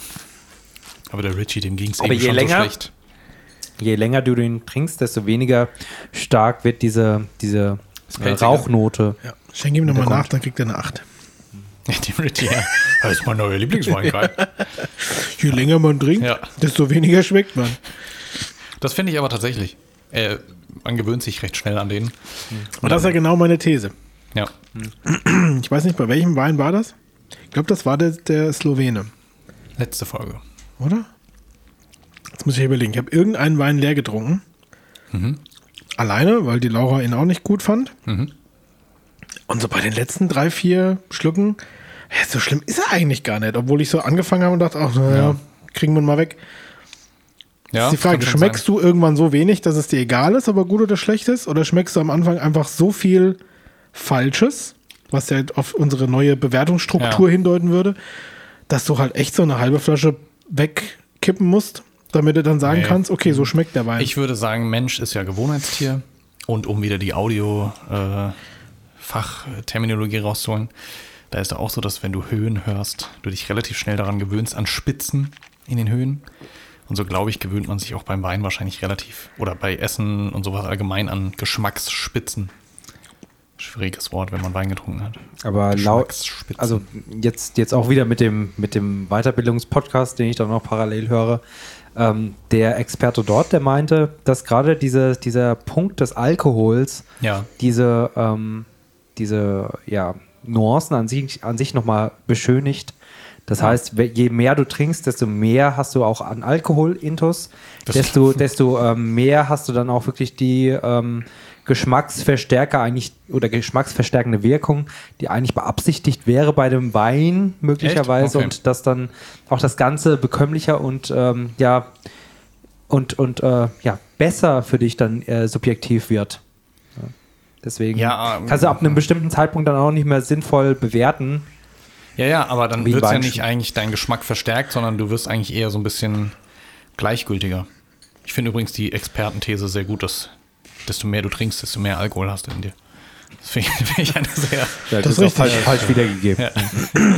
Speaker 1: Aber der Richie, dem ging es
Speaker 3: Aber
Speaker 1: eben
Speaker 3: je
Speaker 1: schon
Speaker 3: länger-
Speaker 1: so schlecht.
Speaker 3: Je länger du den trinkst, desto weniger stark wird diese, diese äh,
Speaker 1: Pelzige.
Speaker 3: Rauchnote.
Speaker 2: Ja. Schenk ihm
Speaker 3: Der
Speaker 2: nochmal
Speaker 3: kommt.
Speaker 2: nach, dann kriegt er eine 8.
Speaker 1: Dem Richie, ja. Das ist mein neuer Lieblingswein, geil.
Speaker 2: Je länger man trinkt,
Speaker 1: Ja.
Speaker 2: desto weniger schmeckt man.
Speaker 1: Das finde ich aber tatsächlich. Äh, man gewöhnt sich recht schnell an den.
Speaker 2: Und das ist ja genau meine These.
Speaker 1: Ja.
Speaker 2: Ich weiß nicht, bei welchem Wein war das? Ich glaube, das war der, der Slowene,
Speaker 1: Letzte Folge.
Speaker 2: oder? Jetzt muss ich überlegen. Ich habe irgendeinen Wein leer getrunken. Alleine, weil die Laura ihn auch nicht gut fand. Und so bei den letzten drei, vier Schlucken, ja, so schlimm ist er eigentlich gar nicht. Obwohl ich so angefangen habe und dachte, ach, naja,
Speaker 1: Ja.
Speaker 2: kriegen wir ihn mal weg.
Speaker 1: Ja,
Speaker 2: ist die Frage, schmeckst du irgendwann so wenig, dass es dir egal ist, ob er gut oder schlecht ist? Oder schmeckst du am Anfang einfach so viel Falsches, was ja halt auf unsere neue Bewertungsstruktur
Speaker 1: Ja.
Speaker 2: hindeuten würde, dass du halt echt so eine halbe Flasche wegkippen musst, damit du dann sagen
Speaker 1: Nee.
Speaker 2: kannst, okay, so schmeckt der Wein.
Speaker 1: Ich würde sagen, Mensch ist ja Gewohnheitstier. Und um wieder die Audio-Fachterminologie rauszuholen, da ist auch so, dass wenn du Höhen hörst, du dich relativ schnell daran gewöhnst, an Spitzen in den Höhen. Und so, glaube ich, gewöhnt man sich auch beim Wein wahrscheinlich relativ oder bei Essen und sowas allgemein an Geschmacksspitzen. Schwieriges Wort, wenn man Wein getrunken hat.
Speaker 3: Aber laut,
Speaker 1: Geschmacksspitzen.
Speaker 3: also jetzt, jetzt auch wieder mit dem, mit dem Weiterbildungspodcast, den ich dann noch parallel höre. Ähm, der Experte dort, der meinte, dass gerade diese, dieser Punkt des Alkohols
Speaker 1: Ja.
Speaker 3: diese, ähm, diese ja, Nuancen an sich, an sich nochmal beschönigt. Das heißt, we- je mehr du trinkst, desto mehr hast du auch an Alkohol intus,
Speaker 1: Das-
Speaker 3: desto, desto ähm, mehr hast du dann auch wirklich die ähm, Geschmacksverstärker eigentlich oder geschmacksverstärkende Wirkung, die eigentlich beabsichtigt wäre bei dem Wein möglicherweise
Speaker 1: Okay.
Speaker 3: und dass dann auch das Ganze bekömmlicher und ähm, ja und, und äh, ja, besser für dich dann äh, subjektiv wird. Ja. Deswegen
Speaker 1: Ja, ähm,
Speaker 3: kannst du ab einem bestimmten Zeitpunkt dann auch nicht mehr sinnvoll bewerten.
Speaker 1: Ja, ja, aber dann
Speaker 3: Wie ein
Speaker 1: wird ja
Speaker 3: Weinchen.
Speaker 1: nicht eigentlich dein Geschmack verstärkt, sondern du wirst eigentlich eher so ein bisschen gleichgültiger. Ich finde übrigens die Expertenthese sehr gut, dass desto mehr du trinkst, desto mehr Alkohol hast du in dir. Das finde ich, find ich eine sehr.
Speaker 3: Ja,
Speaker 2: Das
Speaker 3: ist
Speaker 2: ist
Speaker 3: auch
Speaker 2: richtig.
Speaker 3: falsch, falsch wiedergegeben.
Speaker 1: Ja,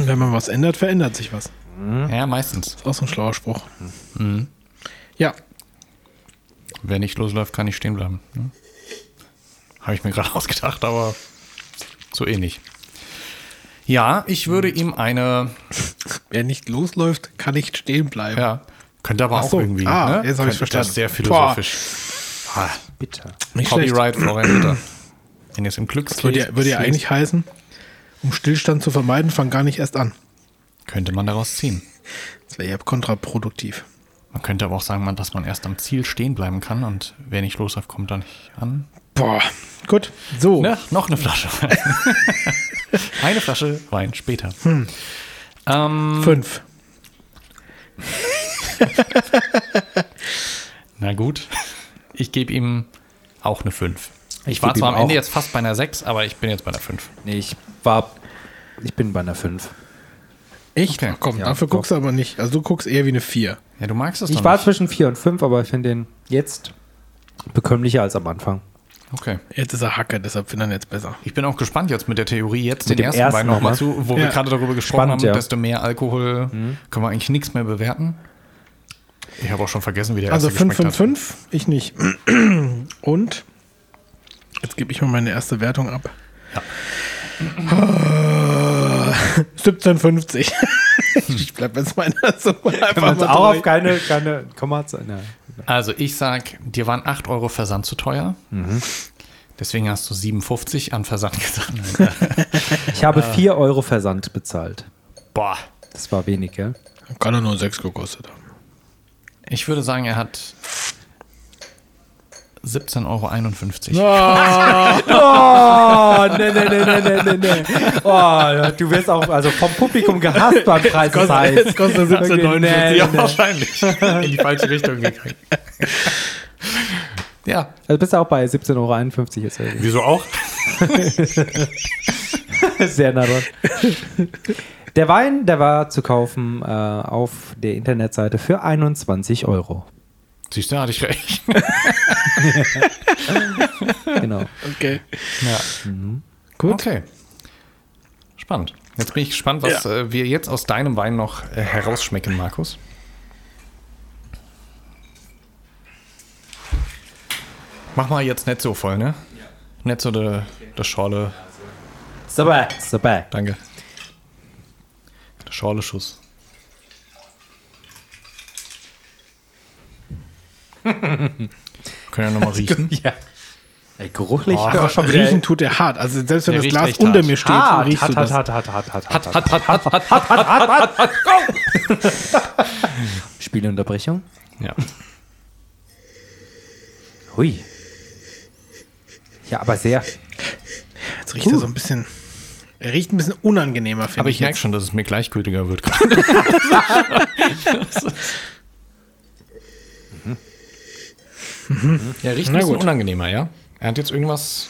Speaker 2: Wenn man was ändert, verändert sich was. Hm?
Speaker 1: ja meistens.
Speaker 2: Ist auch so ein schlauer Spruch. Mhm. Ja,
Speaker 1: Wer nicht losläuft, kann nicht stehen bleiben. Ne? Habe ich mir gerade ausgedacht, aber so ähnlich. Ja, ich würde ihm eine.
Speaker 2: wer nicht losläuft, kann nicht stehen bleiben.
Speaker 1: Ja, könnte aber
Speaker 2: Ach
Speaker 1: auch
Speaker 2: so.
Speaker 1: irgendwie.
Speaker 2: Ah,
Speaker 1: ne?
Speaker 2: jetzt habe
Speaker 1: Könnte- Das
Speaker 2: ich's verstanden.
Speaker 1: ist sehr philosophisch. Ah,
Speaker 3: Bitter.
Speaker 2: Nicht schlecht.
Speaker 1: Copyright Florian Ritter. Wenn ihr es im Glücks
Speaker 2: Das würde ja, würde ja eigentlich heißen, um Stillstand zu vermeiden, fang gar nicht erst an.
Speaker 1: könnte man daraus ziehen.
Speaker 2: Das wäre ja kontraproduktiv.
Speaker 1: Man könnte aber auch sagen, man- dass man erst am Ziel stehen bleiben kann und wer nicht losläuft, kommt dann nicht an.
Speaker 2: Boah, gut. So,
Speaker 1: Ne, noch eine Flasche Wein. eine Flasche Wein später. Ähm,
Speaker 2: fünf.
Speaker 1: na gut, ich gebe ihm auch eine 5. Ich,
Speaker 3: Ich
Speaker 1: war
Speaker 3: geb
Speaker 1: zwar
Speaker 3: ihm
Speaker 1: am Ende
Speaker 3: auch-
Speaker 1: jetzt fast bei einer 6, aber ich bin jetzt bei einer 5.
Speaker 3: Nee, ich war. Ich bin bei einer 5.
Speaker 2: Echt?
Speaker 1: Okay.
Speaker 2: Komm,
Speaker 3: Ja,
Speaker 2: dafür
Speaker 3: doch.
Speaker 2: guckst du aber nicht. Also du guckst eher wie eine vier.
Speaker 1: Ja, du magst es
Speaker 3: Ich
Speaker 1: doch
Speaker 3: war
Speaker 1: nicht.
Speaker 3: zwischen 4 und 5, aber ich finde den jetzt bekömmlicher als am Anfang.
Speaker 1: Okay.
Speaker 2: Jetzt ist er Hacker, deshalb finde ich ihn jetzt besser.
Speaker 1: Ich bin auch gespannt jetzt mit der Theorie, jetzt
Speaker 3: Mit
Speaker 1: den
Speaker 3: dem
Speaker 1: ersten, ne?
Speaker 3: ersten
Speaker 1: Wein nochmal
Speaker 3: nochmal.
Speaker 1: zu, wo wir
Speaker 2: Ja.
Speaker 1: gerade darüber gesprochen
Speaker 3: Spannend,
Speaker 1: haben,
Speaker 3: ja.
Speaker 1: desto mehr Alkohol können wir eigentlich nichts mehr bewerten. Ich habe auch schon vergessen, wie der
Speaker 2: Also
Speaker 1: erste
Speaker 2: fünf, fünf,
Speaker 1: geschmeckt hat.
Speaker 2: fünf. ich nicht. Und jetzt gebe ich mal meine erste Wertung ab.
Speaker 1: Ja.
Speaker 2: 17,50. Ah, ich bleibe jetzt meiner Summe einfach
Speaker 3: Kannst
Speaker 2: mal
Speaker 3: auch
Speaker 2: treu.
Speaker 3: auf keine, keine Komma zu. Na,
Speaker 1: Also ich sag, dir waren 8 Euro Versand zu teuer. Deswegen hast du 7,50 an Versand gesagt.
Speaker 3: Ich habe 4 Euro Versand bezahlt.
Speaker 1: Boah.
Speaker 3: Das war wenig, gell?
Speaker 2: Kann er nur sechs gekostet haben.
Speaker 1: Ich würde sagen, er hat 17,51 Euro.
Speaker 2: Ah,
Speaker 3: Oh, nee, nee, nee, nee, nee, nee, nee. Oh, du wirst auch also vom Publikum gehasst beim Preis. des
Speaker 2: kostet-
Speaker 3: Heils.
Speaker 2: jetzt kostet 17,49.
Speaker 3: Nee, nee, nee.
Speaker 1: wahrscheinlich. In die falsche Richtung gegangen. ja.
Speaker 3: Also bist du auch bei 17,51 Euro.
Speaker 1: Wieso auch?
Speaker 3: Sehr nah dran. Der Wein, der war zu kaufen äh, auf der Internetseite für 21 Euro.
Speaker 1: Siehst du, da hatte ich recht.
Speaker 3: Genau.
Speaker 2: okay.
Speaker 1: Ja.
Speaker 2: Gut.
Speaker 1: Okay. Spannend. Jetzt bin ich gespannt, was äh, wir jetzt aus deinem Wein noch äh, herausschmecken, Markus. Mach mal jetzt nicht so voll, ne? Ja. Nicht so der de Schorle.
Speaker 3: Super, super.
Speaker 1: Danke. Der Schorle-Schuss. Können ja nochmal riechen.
Speaker 3: Ja. Ah, Ey, geruchlich.
Speaker 1: Boah,
Speaker 3: aber schon wieder-
Speaker 2: Riechen tut er hart. Also selbst wenn
Speaker 1: Der
Speaker 2: das
Speaker 1: riecht
Speaker 2: Glas
Speaker 1: echt hart.
Speaker 2: unter mir steht,
Speaker 3: Hart,
Speaker 2: riechst
Speaker 3: hart,
Speaker 2: du
Speaker 3: hart,
Speaker 2: das.
Speaker 3: hart, hart, hart, hart, hart, hart, hart, hart, hart, hart, hart, hart, hart, hart, go! Spielunterbrechung.
Speaker 1: Ja.
Speaker 3: Hui. Ja, aber sehr.
Speaker 2: Jetzt riecht er so ein bisschen. Er riecht ein bisschen unangenehmer, finde ich.
Speaker 1: Aber ich merke
Speaker 2: jetzt.
Speaker 1: schon, dass es mir gleichgültiger wird. ja, riecht ein bisschen unangenehmer, ja? Er hat jetzt irgendwas,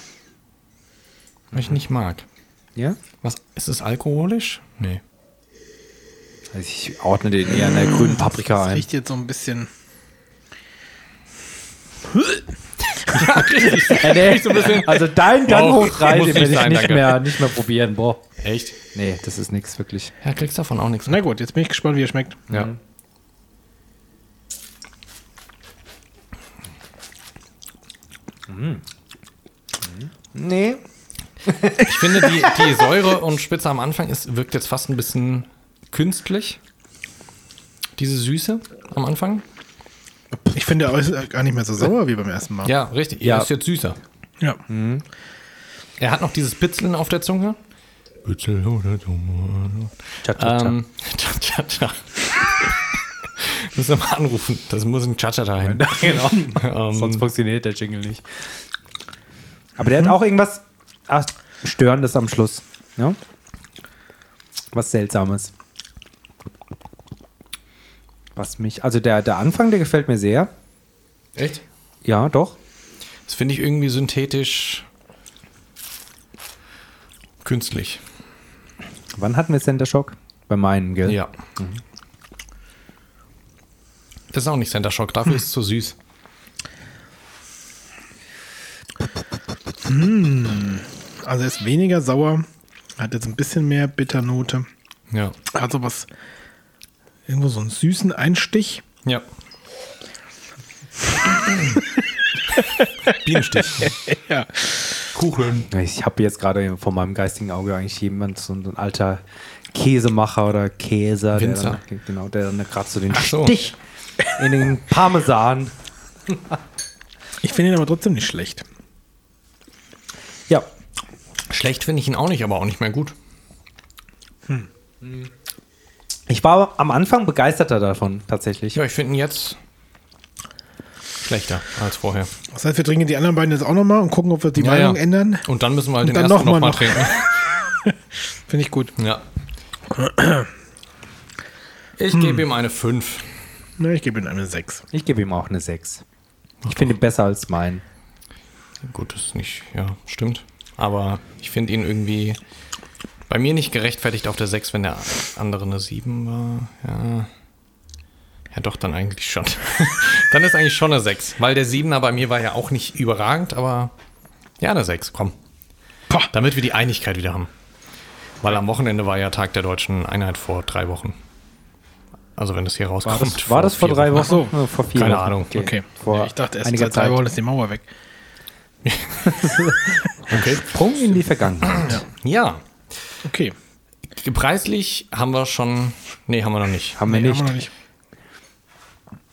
Speaker 1: was ich nicht mag.
Speaker 3: Ja?
Speaker 1: Was, ist es alkoholisch? Nee.
Speaker 3: Also ich ordne den eher in der grünen Paprika
Speaker 2: Es
Speaker 3: ein.
Speaker 2: riecht jetzt so ein bisschen.
Speaker 3: Äh, nee. Also dein dann
Speaker 1: Wow,
Speaker 3: hoch rein,
Speaker 1: muss nicht
Speaker 3: den werde ich
Speaker 1: sein,
Speaker 3: nicht
Speaker 1: danke.
Speaker 3: mehr, nicht mehr probieren. Boah.
Speaker 1: Echt?
Speaker 3: Nee, das ist nix wirklich.
Speaker 1: Ja, kriegst davon auch nichts. ne?
Speaker 2: Na gut, jetzt bin ich gespannt, wie er schmeckt.
Speaker 1: Ja.
Speaker 3: Nee.
Speaker 1: Ich finde, die, die Säure und Spitze am Anfang ist, wirkt jetzt fast ein bisschen künstlich. Diese Süße am Anfang.
Speaker 2: Ich finde, er ist gar nicht mehr so sauer wie beim ersten Mal.
Speaker 1: Ja, richtig.
Speaker 3: Ja.
Speaker 1: Er ist jetzt süßer.
Speaker 2: Ja.
Speaker 1: Er hat noch dieses Pitzeln auf der Zunge. Pitzeln auf der Zunge. Ähm, Cha-Cha-Cha. Müssen wir mal anrufen. Das muss ein Cha-Cha-Cha hin.
Speaker 3: genau. Sonst funktioniert der Jingle nicht. Mhm. Aber der hat auch irgendwas ach, Störendes am Schluss. Ja? Was Seltsames. Was mich. Also der, der Anfang, der gefällt mir sehr.
Speaker 1: Echt?
Speaker 3: Ja, doch.
Speaker 1: Das finde ich irgendwie synthetisch künstlich.
Speaker 3: Wann hatten wir Center Shock? Bei meinen, gell?
Speaker 1: Ja. Hm. Das ist auch nicht Center Shock. Dafür ist es zu süß.
Speaker 2: Also er ist weniger sauer, hat jetzt ein bisschen mehr Bitternote.
Speaker 1: Ja.
Speaker 2: Hat sowas, irgendwo so einen süßen Einstich.
Speaker 1: Ja. Bienenstich.
Speaker 2: Ja.
Speaker 1: Kuchen.
Speaker 3: Ich habe jetzt gerade vor meinem geistigen Auge eigentlich jemand, so ein, so ein alter Käsemacher oder Käser,
Speaker 1: Winzer.
Speaker 3: Der dann, genau, der dann gerade so den
Speaker 1: Ach so.
Speaker 3: Stich in den Parmesan.
Speaker 2: Ich finde ihn aber trotzdem nicht schlecht.
Speaker 3: Ja,
Speaker 1: Schlecht finde ich ihn auch nicht, aber auch nicht mehr gut.
Speaker 3: ich war am Anfang begeisterter davon tatsächlich.
Speaker 1: Ja, ich finde ihn jetzt schlechter als vorher.
Speaker 2: Das heißt, wir trinken die anderen beiden jetzt auch nochmal und gucken, ob wir die
Speaker 1: Ja,
Speaker 2: Meinung
Speaker 1: ja.
Speaker 2: ändern.
Speaker 1: Und dann müssen wir halt
Speaker 2: Und
Speaker 1: den
Speaker 2: dann
Speaker 1: ersten
Speaker 2: noch mal
Speaker 1: nochmal noch.
Speaker 2: noch.
Speaker 1: trinken.
Speaker 2: Finde ich gut.
Speaker 1: Ja. Ich gebe ihm eine 5.
Speaker 2: Na, ich gebe ihm eine 6.
Speaker 3: Ich gebe ihm auch eine 6. Ich finde ihn besser als mein.
Speaker 1: Gut, das ist nicht, ja, stimmt. Aber ich finde ihn irgendwie bei mir nicht gerechtfertigt auf der 6, wenn der andere eine 7 war. Ja. Ja, doch, dann eigentlich schon. dann ist eigentlich schon eine 6, weil der 7er bei mir war ja auch nicht überragend, aber ja, eine 6, komm.
Speaker 2: Pah.
Speaker 1: Damit wir die Einigkeit wieder haben. Weil am Wochenende war ja Tag der deutschen Einheit vor drei Wochen. Also wenn das hier rauskommt.
Speaker 3: War das vor
Speaker 1: vier
Speaker 3: drei Wochen?
Speaker 2: Wochen. Ach so.
Speaker 3: Äh, Vor vier
Speaker 1: Keine
Speaker 3: Wochen.
Speaker 1: Ahnung.
Speaker 2: Okay.
Speaker 3: Vor
Speaker 2: Ja, ich dachte erst
Speaker 3: einiger
Speaker 2: seit drei
Speaker 3: Zeit.
Speaker 2: Wochen ist die Mauer weg.
Speaker 1: Okay.
Speaker 3: Sprung in die Vergangenheit.
Speaker 1: Ja,
Speaker 2: Okay.
Speaker 1: preislich haben wir schon, nee, haben wir noch nicht.
Speaker 3: Haben wir
Speaker 2: Nee,
Speaker 3: nicht.
Speaker 2: haben wir noch nicht.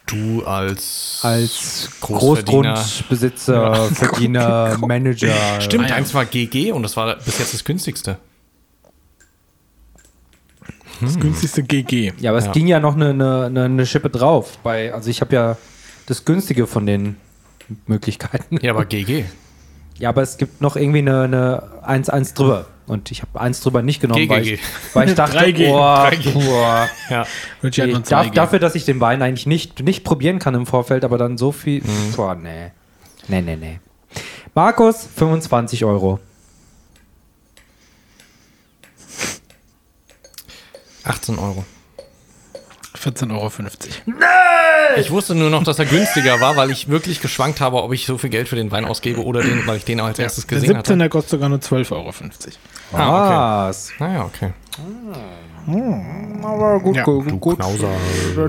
Speaker 1: Du als, äh,
Speaker 3: Als
Speaker 1: Großverdiener.
Speaker 3: Großgrundbesitzer, Verdiener, Manager.
Speaker 1: Stimmt,
Speaker 2: Ah, ja.
Speaker 1: eins war GG und das war bis jetzt das günstigste.
Speaker 2: Das günstigste GG.
Speaker 3: Ja, aber es
Speaker 1: Ja.
Speaker 3: ging ja noch eine, eine, eine, eine Schippe drauf. Bei, also ich habe ja das Günstige von den Möglichkeiten.
Speaker 1: Ja, aber GG.
Speaker 3: Ja, aber es gibt noch irgendwie eine, eine 1, 1 drüber. Und ich habe 1 drüber nicht genommen, weil ich,
Speaker 1: GGG.
Speaker 3: weil ich dachte,
Speaker 2: 3G,
Speaker 3: oh,
Speaker 1: 3G.
Speaker 3: boah.
Speaker 1: Ja.
Speaker 2: Wird ja
Speaker 3: Nee,
Speaker 2: nur
Speaker 3: darf,
Speaker 2: 2G.
Speaker 3: dafür, dass ich den Wein eigentlich nicht, nicht probieren kann im Vorfeld, aber dann so viel. Boah, nee. Nee, nee, nee. Markus, 25 Euro.
Speaker 1: 18 Euro.
Speaker 2: 14,50 Euro.
Speaker 1: Ich wusste nur noch, dass er günstiger war, weil ich wirklich geschwankt habe, ob ich so viel Geld für den Wein ausgebe oder den, weil ich den als erstes
Speaker 2: Der
Speaker 1: gesehen hatte.
Speaker 2: 17er kostet sogar nur 12,50 Euro.
Speaker 1: Ah, okay.
Speaker 3: Was?
Speaker 1: Naja, okay.
Speaker 3: Aber gut,
Speaker 2: Ja,
Speaker 3: gut,
Speaker 1: Du
Speaker 3: gut.
Speaker 1: Knauser.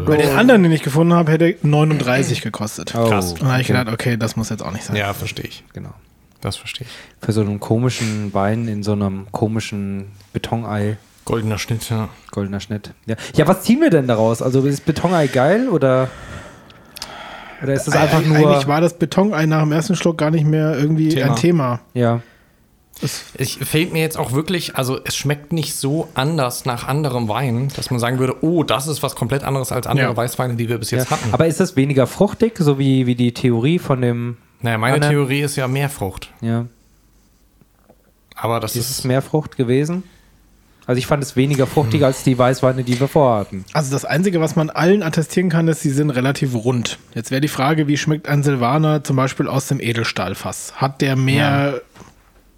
Speaker 2: Bei den anderen, den ich gefunden habe, hätte 39 gekostet.
Speaker 3: Oh,
Speaker 1: Krass.
Speaker 2: Und dann habe ich
Speaker 3: okay.
Speaker 2: gedacht, okay, das muss jetzt auch nicht sein.
Speaker 1: Ja, verstehe ich.
Speaker 3: Genau.
Speaker 1: Das verstehe ich.
Speaker 3: Für so einen komischen Wein in so einem komischen Betonei,
Speaker 1: Goldener Schnitt, ja.
Speaker 3: goldener Schnitt. Ja, ja was ziehen wir denn daraus? Also ist Betonei geil oder, oder ist das einfach
Speaker 2: Eig- Eigentlich
Speaker 3: nur.
Speaker 2: war das Betonei nach dem ersten Schluck gar nicht mehr irgendwie
Speaker 1: Thema.
Speaker 2: ein Thema.
Speaker 3: Ja,
Speaker 1: Ich fehlt mir jetzt auch wirklich, also es schmeckt nicht so anders nach anderem Wein, dass man sagen würde, oh, das ist was komplett anderes als andere
Speaker 2: Ja.
Speaker 1: Weißweine, die wir bis
Speaker 3: ja.
Speaker 1: jetzt hatten.
Speaker 3: Aber ist das weniger fruchtig, so wie, wie die Theorie von dem.
Speaker 1: naja, meine
Speaker 3: Anna-
Speaker 1: Theorie ist ja mehr Frucht.
Speaker 3: Ja,
Speaker 1: Aber das
Speaker 3: ist es
Speaker 1: ist,
Speaker 3: mehr Frucht gewesen? Also ich fand es weniger
Speaker 1: Hm.
Speaker 3: fruchtig als die Weißweine, die wir vorher hatten.
Speaker 2: Also das Einzige, was man allen attestieren kann, ist, sie sind relativ rund. Jetzt wäre die Frage, wie schmeckt ein Silvaner zum Beispiel aus dem Edelstahlfass? Hat der mehr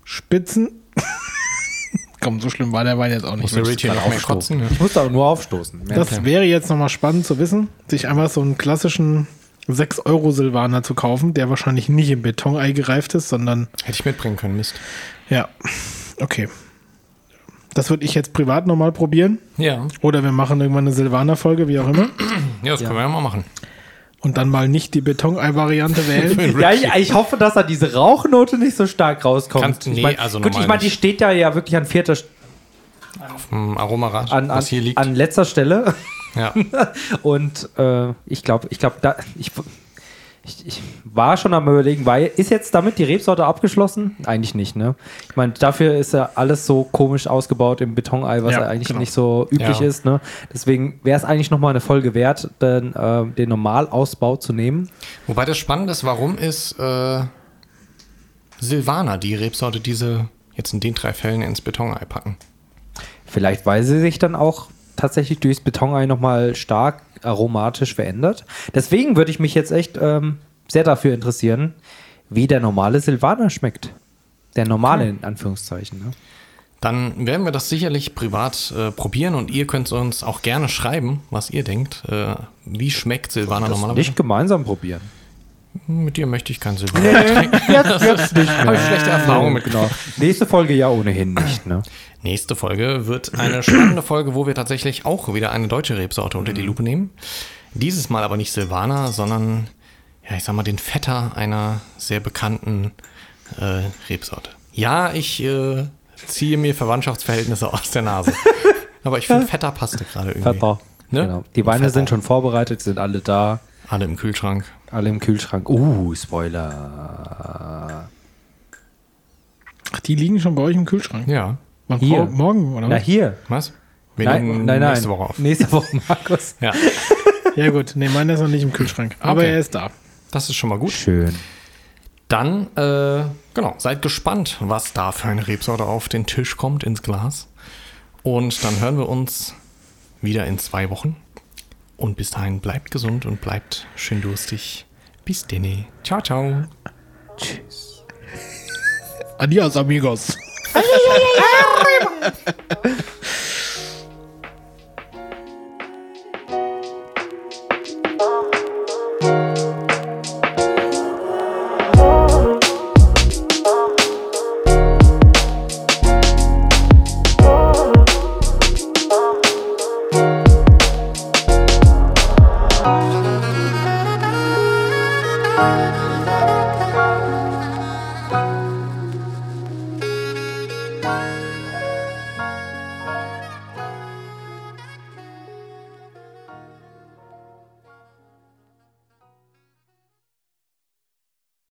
Speaker 2: Spitzen? Komm, so schlimm war der Wein jetzt auch nicht.
Speaker 1: muss der Rachel noch mehr kotzen. Ja.
Speaker 3: Ich musste aber nur aufstoßen. Mehr
Speaker 2: Das wäre jetzt nochmal spannend zu wissen, sich einfach so einen klassischen 6-Euro-Silvaner zu kaufen, der wahrscheinlich nicht im Betonei gereift ist, sondern
Speaker 1: Hätte ich mitbringen können, Mist.
Speaker 2: ja, okay. Das würde ich jetzt privat nochmal probieren.
Speaker 1: Ja,
Speaker 2: Oder wir machen irgendwann eine Silvaner-Folge, wie auch immer.
Speaker 1: ja das können wir ja mal machen.
Speaker 2: Und dann mal nicht die Betonei-Variante wählen.
Speaker 3: Ja, ich, ich hoffe, dass da diese Rauchnote nicht so stark rauskommt.
Speaker 1: Kannst- nee,
Speaker 3: ich mein,
Speaker 1: also
Speaker 3: gut,
Speaker 1: normal
Speaker 3: ich meine, die
Speaker 1: nicht.
Speaker 3: steht da ja wirklich an vierter, St-
Speaker 1: Hm, Aromarat,
Speaker 3: an, an,
Speaker 1: was hier liegt.
Speaker 3: an letzter Stelle.
Speaker 1: ja.
Speaker 3: Und äh, ich glaube, ich glaube, da ich, ich, ich war schon am überlegen, weil ist jetzt damit die Rebsorte abgeschlossen? Eigentlich nicht, ne? Ich meine, dafür ist ja alles so komisch ausgebaut im Betonei, was
Speaker 2: Ja,
Speaker 3: ja, eigentlich
Speaker 2: genau.
Speaker 3: nicht so üblich
Speaker 1: Ja.
Speaker 3: ist, ne? Deswegen wäre es eigentlich nochmal eine Folge wert, den, äh, den Normalausbau zu nehmen.
Speaker 1: Wobei das Spannende ist, warum ist äh, Silvaner die Rebsorte, diese jetzt in den drei Fällen ins Betonei packen?
Speaker 3: Vielleicht, weil sie sich dann auch tatsächlich durchs Betonei nochmal stark aromatisch verändert. Deswegen würde ich mich jetzt echt ähm, sehr dafür interessieren, wie der normale Silvaner schmeckt. Der normale, in Anführungszeichen. Ne?
Speaker 1: Dann werden wir das sicherlich privat äh, probieren und ihr könnt uns auch gerne schreiben, was ihr denkt. Äh, wie schmeckt Silvaner
Speaker 3: Das
Speaker 1: normalerweise?
Speaker 3: nicht gemeinsam probieren.
Speaker 1: Mit dir möchte ich kein Silber. trinken.
Speaker 3: Jetzt, jetzt nicht mehr.
Speaker 1: Habe ich schlechte Erfahrungen mit
Speaker 3: Genau. Nächste Folge ja ohnehin nicht, ne?
Speaker 1: Nächste Folge wird eine spannende Folge, wo wir tatsächlich auch wieder eine deutsche Rebsorte unter
Speaker 3: Mhm.
Speaker 1: die Lupe nehmen. Dieses Mal aber nicht Silvaner, sondern, ja, ich sag mal, den Vetter einer sehr bekannten äh, Rebsorte. Ja, ich äh, ziehe mir Verwandtschaftsverhältnisse aus der Nase. aber ich finde, Vetter passte gerade irgendwie.
Speaker 3: Pepper.
Speaker 1: Ne?
Speaker 3: Genau. Die Weine
Speaker 1: Vetter.
Speaker 3: sind schon vorbereitet, sind alle da,
Speaker 1: Alle im Kühlschrank.
Speaker 3: alle im Kühlschrank. Uh, Spoiler.
Speaker 2: Ach, die liegen schon bei euch im Kühlschrank.
Speaker 1: Ja.
Speaker 2: Wann
Speaker 3: Hier.
Speaker 2: brau- Morgen, oder
Speaker 3: Na
Speaker 2: was?
Speaker 3: hier.
Speaker 1: Was? Wir
Speaker 3: Nein,
Speaker 1: nehmen
Speaker 3: nein, nein.
Speaker 1: nächste Woche auf.
Speaker 3: Nächste Woche, Markus.
Speaker 1: Ja,
Speaker 2: Ja, gut. Nee, meiner ist noch nicht im Kühlschrank. Aber
Speaker 1: Okay.
Speaker 2: er ist da.
Speaker 1: das ist schon mal gut.
Speaker 3: Schön.
Speaker 1: Dann, äh, genau, seid gespannt, was da für eine Rebsorte auf den Tisch kommt, ins Glas. Und dann hören wir uns wieder in zwei Wochen. Und bis dahin bleibt gesund und bleibt schön durstig. Bis denne. Ciao, ciao.
Speaker 2: Adios, amigos.